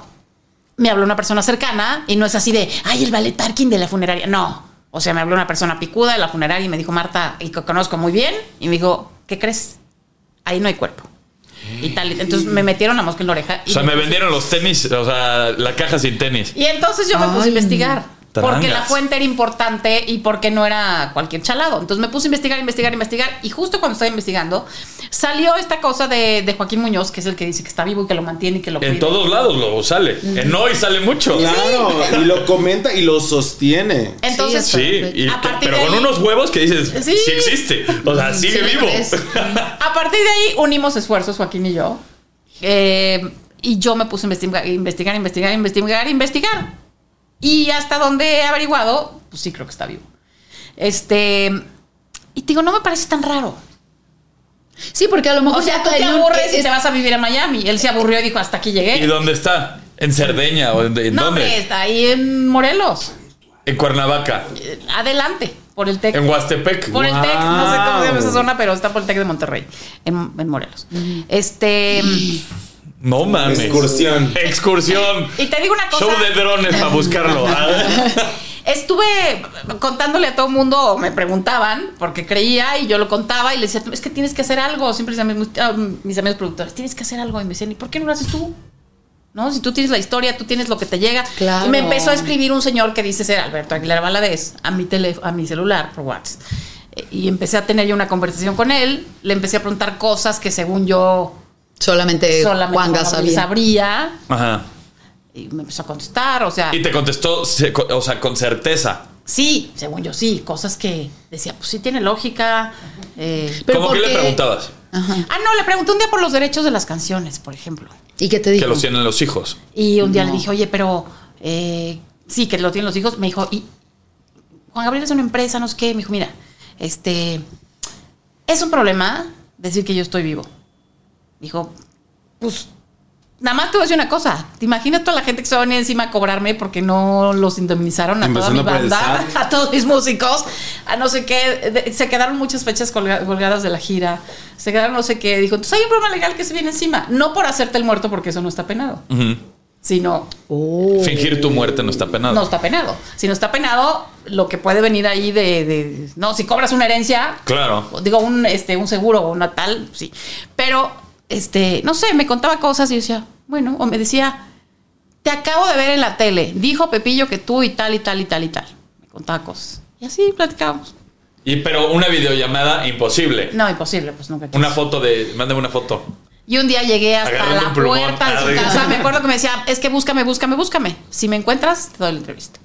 [SPEAKER 2] me habló una persona cercana y no es así de, ay, el ballet Tarkin de la funeraria. No. O sea, me habló una persona picuda de la funeraria y me dijo, Marta, y que conozco muy bien, y me dijo, ¿qué crees? Ahí no hay cuerpo. Y tal. y- Entonces me metieron la mosca en la oreja.
[SPEAKER 1] O
[SPEAKER 2] Y
[SPEAKER 1] sea,
[SPEAKER 2] yo
[SPEAKER 1] me vendieron los tenis, o sea, la caja sin tenis.
[SPEAKER 2] Y entonces yo me puse a
[SPEAKER 4] Ay.
[SPEAKER 2] investigar. Porque la
[SPEAKER 1] Trancas.
[SPEAKER 2] fuente era importante y porque no era cualquier chalado. Entonces me puse a investigar, investigar, investigar. Y justo cuando estaba investigando, salió esta cosa de, de Joaquín Muñoz, que es el que dice que está vivo y que lo mantiene y que lo cuida.
[SPEAKER 1] En todos lados lo sale.
[SPEAKER 2] Mm.
[SPEAKER 1] En hoy sale mucho.
[SPEAKER 3] Claro, y lo comenta y lo sostiene.
[SPEAKER 2] Entonces,
[SPEAKER 4] Sí,
[SPEAKER 1] Sí, y
[SPEAKER 2] A
[SPEAKER 1] que-
[SPEAKER 2] partir
[SPEAKER 1] pero
[SPEAKER 2] de
[SPEAKER 1] con
[SPEAKER 2] ahí-
[SPEAKER 1] unos huevos que dices,
[SPEAKER 2] Sí.
[SPEAKER 1] sí, existe. O sea, sigue
[SPEAKER 4] Sí,
[SPEAKER 1] vivo.
[SPEAKER 4] es.
[SPEAKER 2] a partir de ahí unimos esfuerzos, Joaquín y yo. Eh, y yo me puse a investigar, investigar, investigar, investigar, investigar. Y hasta donde he averiguado, pues sí creo que está vivo. Este. Y te digo, no me parece tan raro.
[SPEAKER 4] Sí, porque a lo mejor
[SPEAKER 2] O sea,
[SPEAKER 4] ya
[SPEAKER 2] tú te
[SPEAKER 4] en un-
[SPEAKER 2] aburres y
[SPEAKER 4] es-
[SPEAKER 2] te vas a vivir a Miami. Él se aburrió y dijo, hasta aquí
[SPEAKER 1] ¿Y
[SPEAKER 2] llegué.
[SPEAKER 1] dónde está? ¿En Cerdeña? ¿O en, en
[SPEAKER 2] No,
[SPEAKER 1] dónde?
[SPEAKER 2] hombre, está ahí en Morelos.
[SPEAKER 1] En Cuernavaca.
[SPEAKER 2] Eh, Adelante, por el TEC.
[SPEAKER 1] En Huastepec.
[SPEAKER 2] Por el TEC, no sé cómo se llama esa
[SPEAKER 3] Wow.
[SPEAKER 2] zona, pero está por el TEC de Monterrey, en, en Morelos. Este, y
[SPEAKER 1] No mames.
[SPEAKER 3] Excursión.
[SPEAKER 1] Excursión.
[SPEAKER 2] te digo una cosa,
[SPEAKER 1] Show de drones para buscarlo.
[SPEAKER 2] estuve contándole a todo el mundo, o me preguntaban, porque creía y yo lo contaba y le decía, es que tienes que hacer algo, siempre decían mis, ah, mis amigos productores, tienes que hacer algo, y me decían, ¿y por qué no lo haces tú? ¿No? Si tú tienes la historia, tú tienes lo que te llega.
[SPEAKER 4] Claro.
[SPEAKER 2] Y me empezó a escribir un señor que dice ser Alberto Aguilar Valadez a mi, tele- a mi celular por WhatsApp. Eh, Y empecé a tener yo una conversación con él. Le empecé a preguntar cosas que según yo
[SPEAKER 4] solamente,
[SPEAKER 2] solamente
[SPEAKER 4] Juan
[SPEAKER 2] Juan Gabriel
[SPEAKER 4] Gabriel
[SPEAKER 2] sabría.
[SPEAKER 1] Ajá.
[SPEAKER 2] Y me empezó a contestar, o sea,
[SPEAKER 1] Y te contestó, se- o sea, con certeza.
[SPEAKER 2] sí, según yo sí, cosas que decía, pues sí tiene lógica. eh.
[SPEAKER 4] Pero
[SPEAKER 1] ¿Cómo que
[SPEAKER 4] ¿por
[SPEAKER 1] le
[SPEAKER 4] qué?
[SPEAKER 1] preguntabas?
[SPEAKER 4] Ajá.
[SPEAKER 2] Ah, no, le pregunté un día por los derechos de las canciones, por ejemplo.
[SPEAKER 4] ¿Y qué te dijo?
[SPEAKER 1] Que los tienen los hijos.
[SPEAKER 2] Y un día
[SPEAKER 4] No.
[SPEAKER 2] le dije, oye, pero eh, sí, que lo tienen los hijos. Me dijo, y Juan Gabriel es una empresa, no sé qué. Me dijo, mira, este es un problema decir que yo estoy vivo. Dijo, pues nada más te voy a decir una cosa. ¿Te imaginas toda la gente que se va a venir encima a cobrarme porque no los indemnizaron a toda mi
[SPEAKER 3] Empezando por el
[SPEAKER 2] banda,
[SPEAKER 3] SAT.
[SPEAKER 2] a todos mis músicos, a no sé qué? De- se quedaron muchas fechas colga- colgadas de la gira. Se quedaron no sé qué. Dijo, entonces hay un problema legal que se viene encima. No por hacerte el muerto porque eso no está penado
[SPEAKER 1] Ujú.
[SPEAKER 2] sino
[SPEAKER 4] Oh.
[SPEAKER 1] Fingir tu muerte no está penado.
[SPEAKER 2] no está penado. Si no está penado, lo que puede venir ahí de, de- no, si cobras una herencia,
[SPEAKER 1] Claro.
[SPEAKER 2] digo un este un seguro o una tal, sí. Pero este, no sé, me contaba cosas y yo decía, bueno, o me decía, "Te acabo de ver en la tele, dijo Pepillo que tú y tal y tal y tal y tal." Me contaba cosas. Y así platicábamos.
[SPEAKER 1] Y pero una videollamada imposible.
[SPEAKER 2] No, imposible, pues nunca. quiso.
[SPEAKER 1] Una foto de. Mándame una foto.
[SPEAKER 2] Y un día llegué hasta
[SPEAKER 1] Agarrando
[SPEAKER 2] la
[SPEAKER 1] un plumón.
[SPEAKER 2] puerta de
[SPEAKER 1] Ah,
[SPEAKER 2] su
[SPEAKER 1] sí.
[SPEAKER 2] casa. Me acuerdo que me decía, es que búscame, búscame, búscame. Si me encuentras, te doy la entrevista.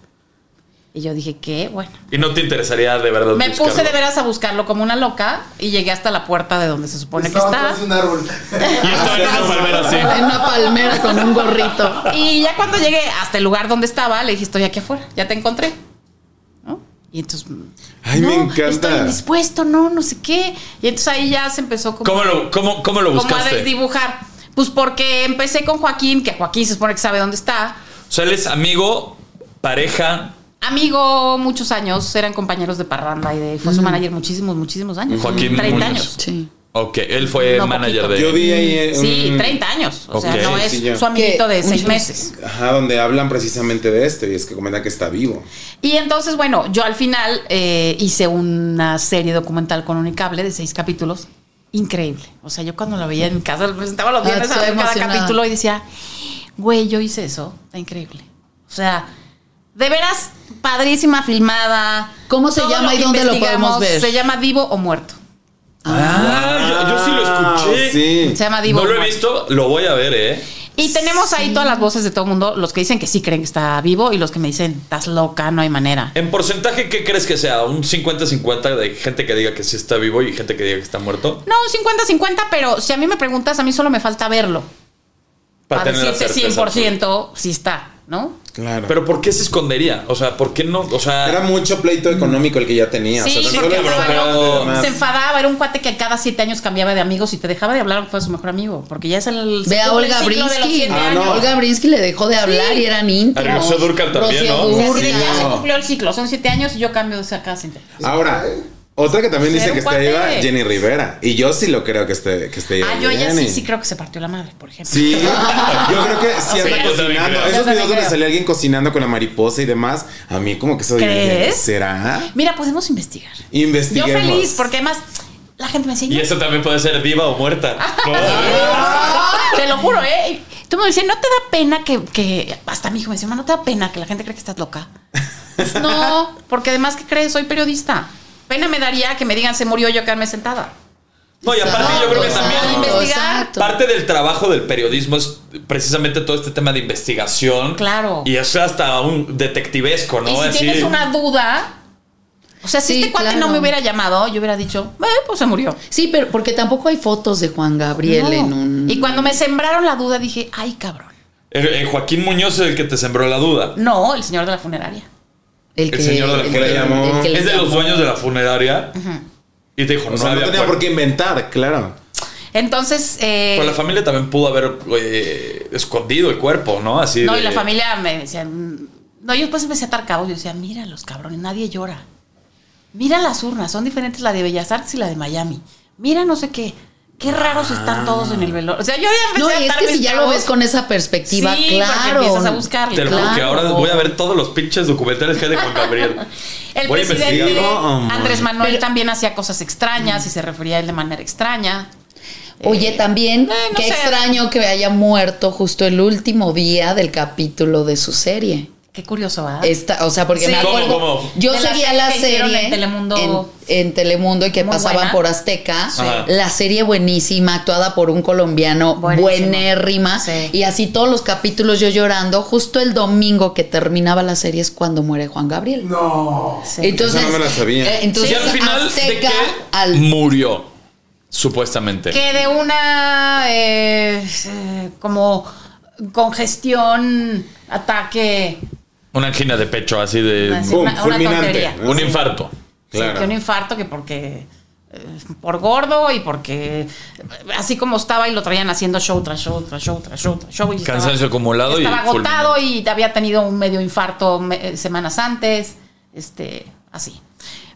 [SPEAKER 2] Y yo dije, qué bueno.
[SPEAKER 1] Y no te interesaría de verdad.
[SPEAKER 2] Me
[SPEAKER 1] buscarlo.
[SPEAKER 2] puse de veras a buscarlo como una loca y llegué hasta la puerta de donde se supone que
[SPEAKER 7] Estaba
[SPEAKER 2] está.
[SPEAKER 7] atrás de un árbol.
[SPEAKER 1] Y estaba
[SPEAKER 2] Ah,
[SPEAKER 1] en una palmera así.
[SPEAKER 4] En una palmera con un gorrito.
[SPEAKER 2] Y ya cuando llegué hasta el lugar donde estaba, le dije, estoy aquí afuera, ya te encontré. ¿No? Y entonces...
[SPEAKER 3] Ay, me
[SPEAKER 2] "No,
[SPEAKER 3] encanta.
[SPEAKER 2] Estoy indispuesto, no, no sé qué. Y entonces ahí ya se empezó como...
[SPEAKER 1] ¿Cómo lo, cómo, cómo lo
[SPEAKER 2] como a
[SPEAKER 1] buscaste?
[SPEAKER 2] desdibujar. Pues porque empecé con Joaquín, que Joaquín se supone que sabe dónde está.
[SPEAKER 1] O sea, él es amigo, pareja,
[SPEAKER 2] Amigo, muchos años, eran compañeros de parranda y de, fue su manager muchísimos, muchísimos años.
[SPEAKER 1] Mm. Joaquín
[SPEAKER 2] 30
[SPEAKER 1] Muñoz.
[SPEAKER 2] años.
[SPEAKER 4] Sí.
[SPEAKER 1] Ok, él fue
[SPEAKER 2] No,
[SPEAKER 1] manager
[SPEAKER 2] poquito.
[SPEAKER 1] de.
[SPEAKER 3] Yo vi ahí. eh,
[SPEAKER 2] Mm, Sí,
[SPEAKER 3] un-
[SPEAKER 2] 30 años. O
[SPEAKER 1] Ok.
[SPEAKER 2] sea, no
[SPEAKER 1] Sí,
[SPEAKER 2] es
[SPEAKER 3] sí, ya.
[SPEAKER 2] su amiguito
[SPEAKER 4] Que
[SPEAKER 2] de seis
[SPEAKER 4] muchos-
[SPEAKER 2] meses.
[SPEAKER 3] Ajá, donde hablan precisamente de esto y es que comentan que está vivo.
[SPEAKER 2] Y entonces, bueno, yo al final eh, hice una serie documental con Unicable de seis capítulos. Increíble. O sea, yo cuando la veía en mi casa, lo presentaba los
[SPEAKER 4] Ah,
[SPEAKER 2] viernes a
[SPEAKER 4] estoy
[SPEAKER 2] ver cada
[SPEAKER 4] emocionada.
[SPEAKER 2] capítulo y decía, güey, yo hice eso. Está increíble. O sea, de veras, padrísima filmada.
[SPEAKER 4] ¿Cómo se
[SPEAKER 2] Todo
[SPEAKER 4] llama
[SPEAKER 2] que
[SPEAKER 4] y dónde lo
[SPEAKER 2] investigamos
[SPEAKER 4] podemos ver?
[SPEAKER 2] Se llama Divo o Muerto.
[SPEAKER 1] Ah, yo, yo sí lo escuché.
[SPEAKER 3] Sí.
[SPEAKER 2] Se llama Divo
[SPEAKER 1] No
[SPEAKER 2] o
[SPEAKER 1] lo he
[SPEAKER 2] Muerto.
[SPEAKER 1] visto, lo voy a ver, ¿eh?
[SPEAKER 2] Y tenemos ahí todas las voces de todo el mundo, los que dicen que sí creen que está vivo y los que me dicen, estás loca, no hay manera.
[SPEAKER 1] En porcentaje, ¿qué crees que sea? ¿Un 50-50 de gente que diga que sí está vivo y gente que diga que está muerto?
[SPEAKER 2] No, un 50-50, pero si a mí me preguntas, a mí solo me falta verlo. Para, decirte 100% si está, ¿no?
[SPEAKER 3] Claro.
[SPEAKER 1] Pero ¿por qué se escondería? O sea, ¿por qué no? O sea,
[SPEAKER 3] Era mucho pleito económico el que ya tenía.
[SPEAKER 2] Sí,
[SPEAKER 3] o sea, tan
[SPEAKER 2] porque
[SPEAKER 3] solo
[SPEAKER 1] estaba
[SPEAKER 3] el
[SPEAKER 1] loco.
[SPEAKER 3] broncado y demás.
[SPEAKER 2] Se enfadaba, era un cuate que cada siete años cambiaba de amigos y te dejaba de hablar, fue su mejor amigo, porque ya Pues es el...
[SPEAKER 4] Ve a
[SPEAKER 2] el
[SPEAKER 4] Olga
[SPEAKER 2] ciclo de los
[SPEAKER 4] Brinsky.
[SPEAKER 2] siete
[SPEAKER 3] Ah,
[SPEAKER 2] años.
[SPEAKER 3] no.
[SPEAKER 4] Olga Brinsky le dejó de hablar y eran íntimos.
[SPEAKER 1] A Rocío Dúrcal también,
[SPEAKER 4] Rocío
[SPEAKER 1] ¿no?
[SPEAKER 2] O sea,
[SPEAKER 4] Dúrcal.
[SPEAKER 2] así de, ya se
[SPEAKER 3] Urrio.
[SPEAKER 2] cumplió el ciclo, son siete años y yo cambio de cada siete años.
[SPEAKER 3] Pues, Ahora, otra que también
[SPEAKER 2] Era
[SPEAKER 3] dice
[SPEAKER 2] un
[SPEAKER 3] que está
[SPEAKER 2] cuate.
[SPEAKER 3] viva, Jenny Rivera. Y yo sí lo creo que esté, que esté viva.
[SPEAKER 2] Ah, yo ya
[SPEAKER 3] Jenny.
[SPEAKER 2] sí, sí creo que se partió la madre, por ejemplo.
[SPEAKER 3] Sí, yo creo que sí
[SPEAKER 1] Sí, yo
[SPEAKER 3] anda
[SPEAKER 1] también
[SPEAKER 3] cocinando.
[SPEAKER 1] creo.
[SPEAKER 2] Yo
[SPEAKER 3] Esos
[SPEAKER 2] también
[SPEAKER 3] videos donde
[SPEAKER 2] creo.
[SPEAKER 3] sale alguien cocinando con la mariposa y demás, a mí como que eso
[SPEAKER 2] ¿Crees?
[SPEAKER 3] ¿Será?
[SPEAKER 2] Mira, podemos investigar. Yo
[SPEAKER 3] Investiguemos.
[SPEAKER 2] feliz, porque además la gente me decía,
[SPEAKER 1] y
[SPEAKER 2] "No,
[SPEAKER 1] eso también puede ser viva o muerta. ¿no?
[SPEAKER 2] Te lo juro, ¿eh? Tú me decías, ¿no te da pena que, que- Hasta mi hijo me decía, "Ma, ¿no te da pena que la gente cree que estás loca? Pues no, porque además, ¿qué crees? Soy periodista. Pena me daría que me digan se murió yo quedarme sentada.
[SPEAKER 1] No, y aparte yo creo que
[SPEAKER 2] Exacto,
[SPEAKER 1] también...
[SPEAKER 2] investigar.
[SPEAKER 1] Parte del trabajo del periodismo es precisamente todo este tema de investigación.
[SPEAKER 2] Claro.
[SPEAKER 1] Y es hasta un detectivesco, ¿no?
[SPEAKER 2] y si
[SPEAKER 1] Así-
[SPEAKER 2] tienes una duda, o sea, si
[SPEAKER 4] Sí,
[SPEAKER 2] este cuate
[SPEAKER 4] claro.
[SPEAKER 2] no me hubiera llamado, yo hubiera dicho, "Eh, pues se murió.
[SPEAKER 4] Sí, pero porque tampoco hay fotos de Juan Gabriel
[SPEAKER 2] No.
[SPEAKER 4] en un.
[SPEAKER 2] Y cuando me sembraron la duda, dije, ay, cabrón.
[SPEAKER 1] Eh, eh, Joaquín Muñoz es el que te sembró la duda.
[SPEAKER 2] No, el señor de la funeraria.
[SPEAKER 4] El,
[SPEAKER 1] el señor de la
[SPEAKER 3] que le
[SPEAKER 4] el-
[SPEAKER 3] llamó-
[SPEAKER 4] el que le
[SPEAKER 1] Es de
[SPEAKER 4] llamó.
[SPEAKER 1] los dueños de la funeraria. Y te dijo,
[SPEAKER 3] O sea, no
[SPEAKER 1] había
[SPEAKER 3] tenía
[SPEAKER 1] acuerdo.
[SPEAKER 3] por qué inventar, claro.
[SPEAKER 2] Entonces, eh,
[SPEAKER 1] Pero la familia también pudo haber eh, escondido el cuerpo, ¿no? Así
[SPEAKER 2] no,
[SPEAKER 1] de-
[SPEAKER 2] y la familia me decían, no, yo después empecé a atar cabos, yo decía, mira los cabrones, nadie llora. Mira las urnas, son diferentes la de Bellas Artes y la de Miami. Mira no sé qué, qué raros están todos
[SPEAKER 1] Ah.
[SPEAKER 2] en el velor. O sea, yo ya empecé
[SPEAKER 4] No,
[SPEAKER 2] a
[SPEAKER 4] y es
[SPEAKER 2] atar
[SPEAKER 4] que
[SPEAKER 2] mis
[SPEAKER 4] si ya lo
[SPEAKER 2] cabos.
[SPEAKER 4] ves con esa perspectiva,
[SPEAKER 2] Sí, porque
[SPEAKER 4] claro.
[SPEAKER 2] empiezas a buscarle.
[SPEAKER 1] Te lo juro que
[SPEAKER 4] Claro.
[SPEAKER 1] ahora voy a ver todos los pinches documentales que hay de Juan Gabriel.
[SPEAKER 2] El
[SPEAKER 1] voy a
[SPEAKER 2] presidente
[SPEAKER 1] investigarlo.
[SPEAKER 3] investigarlo.
[SPEAKER 2] Andrés Manuel
[SPEAKER 4] Pero- Mm.
[SPEAKER 2] también hacía cosas extrañas y se refería a él de manera extraña.
[SPEAKER 4] Oye, también,
[SPEAKER 2] eh, no
[SPEAKER 4] qué
[SPEAKER 2] sé.
[SPEAKER 4] extraño que haya muerto justo el último día del capítulo de su serie.
[SPEAKER 2] Qué curioso, ¿verdad?
[SPEAKER 4] Esta, o sea, porque
[SPEAKER 2] Sí.
[SPEAKER 4] me
[SPEAKER 1] ¿Cómo,
[SPEAKER 4] acuerdo.
[SPEAKER 1] cómo?
[SPEAKER 4] Yo
[SPEAKER 2] De la
[SPEAKER 4] seguía
[SPEAKER 2] serie
[SPEAKER 4] la
[SPEAKER 2] que hicieron
[SPEAKER 4] serie
[SPEAKER 2] en Telemundo.
[SPEAKER 4] en, en Telemundo y que
[SPEAKER 2] Muy
[SPEAKER 4] pasaban
[SPEAKER 2] buena.
[SPEAKER 4] por Azteca.
[SPEAKER 1] Ajá.
[SPEAKER 4] La serie buenísima, actuada por un colombiano
[SPEAKER 2] Buenísimo.
[SPEAKER 4] buenérrima.
[SPEAKER 2] Sí.
[SPEAKER 4] Y así todos los capítulos yo llorando. Justo el domingo que terminaba la serie es cuando muere Juan Gabriel.
[SPEAKER 7] No.
[SPEAKER 2] Sí.
[SPEAKER 4] Entonces,
[SPEAKER 3] Esa no me la sabía.
[SPEAKER 4] eh, entonces
[SPEAKER 1] y al final, ¿de
[SPEAKER 4] Azteca
[SPEAKER 1] qué
[SPEAKER 2] Mm.
[SPEAKER 4] al
[SPEAKER 1] murió? Supuestamente.
[SPEAKER 2] que de una eh, eh, como congestión, ataque,
[SPEAKER 1] Una angina de pecho, así de...
[SPEAKER 2] una,
[SPEAKER 3] Eh, boom,
[SPEAKER 2] una
[SPEAKER 3] fulminante.
[SPEAKER 2] tontería.
[SPEAKER 3] Sí,
[SPEAKER 1] Un infarto.
[SPEAKER 2] Sí, que un
[SPEAKER 3] Claro.
[SPEAKER 2] infarto que porque eh, por gordo y porque eh, así como estaba y lo traían haciendo show tras show tras show tras show tras show y estaba-
[SPEAKER 1] Cansancio acumulado y
[SPEAKER 2] estaba agotado y había tenido un medio infarto me- eh, semanas antes este así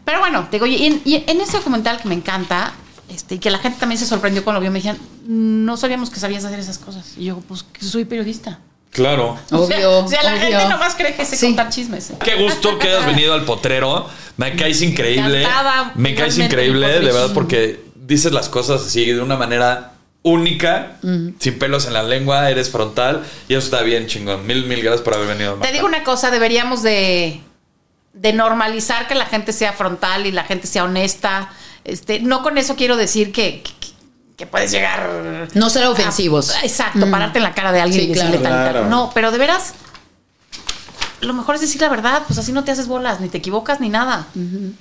[SPEAKER 2] pero bueno te digo y en, y en este documental que me encanta este, y que la gente también se sorprendió cuando lo vio me decían no sabíamos que sabías hacer esas cosas y yo pues que soy periodista
[SPEAKER 1] Claro.
[SPEAKER 4] Obvio.
[SPEAKER 2] o sea, o sea, la
[SPEAKER 4] obvio.
[SPEAKER 2] gente nomás cree que sé
[SPEAKER 4] Sí.
[SPEAKER 2] contar chismes ¿eh?
[SPEAKER 1] Qué gusto que hayas venido al potrero. Me caes increíble.
[SPEAKER 2] Encantada,
[SPEAKER 1] Me caes
[SPEAKER 2] finalmente,
[SPEAKER 1] increíble,
[SPEAKER 2] mi
[SPEAKER 1] de
[SPEAKER 2] potrillo.
[SPEAKER 1] verdad, porque dices las cosas así de una manera única,
[SPEAKER 2] Mm.
[SPEAKER 1] sin pelos en la lengua, eres frontal y eso está bien chingón. Mil, mil gracias por haber venido. Marta.
[SPEAKER 2] Te digo una cosa, deberíamos de, de normalizar que la gente sea frontal y la gente sea honesta. Este, no con eso quiero decir que, que, que puedes llegar.
[SPEAKER 4] No ser
[SPEAKER 2] a- Ah,
[SPEAKER 4] ofensivos.
[SPEAKER 2] exacto,
[SPEAKER 4] Mm.
[SPEAKER 2] pararte en la cara de alguien
[SPEAKER 4] Sí,
[SPEAKER 2] y decirle tal,
[SPEAKER 4] claro.
[SPEAKER 2] tal.
[SPEAKER 3] Claro.
[SPEAKER 2] No, pero de veras, lo mejor es decir la verdad, pues así no te haces bolas, ni te equivocas, ni nada.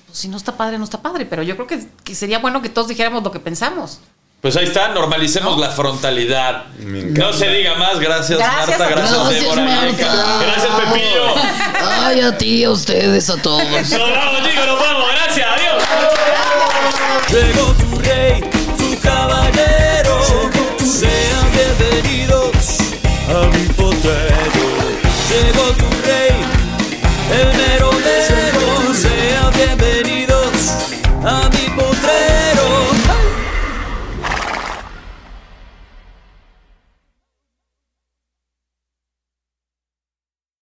[SPEAKER 2] Pues si no está padre, no está padre. Pero yo creo que, que sería bueno que todos dijéramos lo que pensamos.
[SPEAKER 1] Pues ahí está, normalicemos la frontalidad. No se diga más, gracias,
[SPEAKER 2] Gracias
[SPEAKER 1] Marta,
[SPEAKER 2] a-
[SPEAKER 1] gracias,
[SPEAKER 4] Gracias,
[SPEAKER 1] Débora,
[SPEAKER 4] Marta.
[SPEAKER 1] Erika. gracias Pepillo.
[SPEAKER 4] Ay, a ti, a ustedes, a todos.
[SPEAKER 1] Nos vamos chicos, nos vamos, gracias, adiós. Llegó tu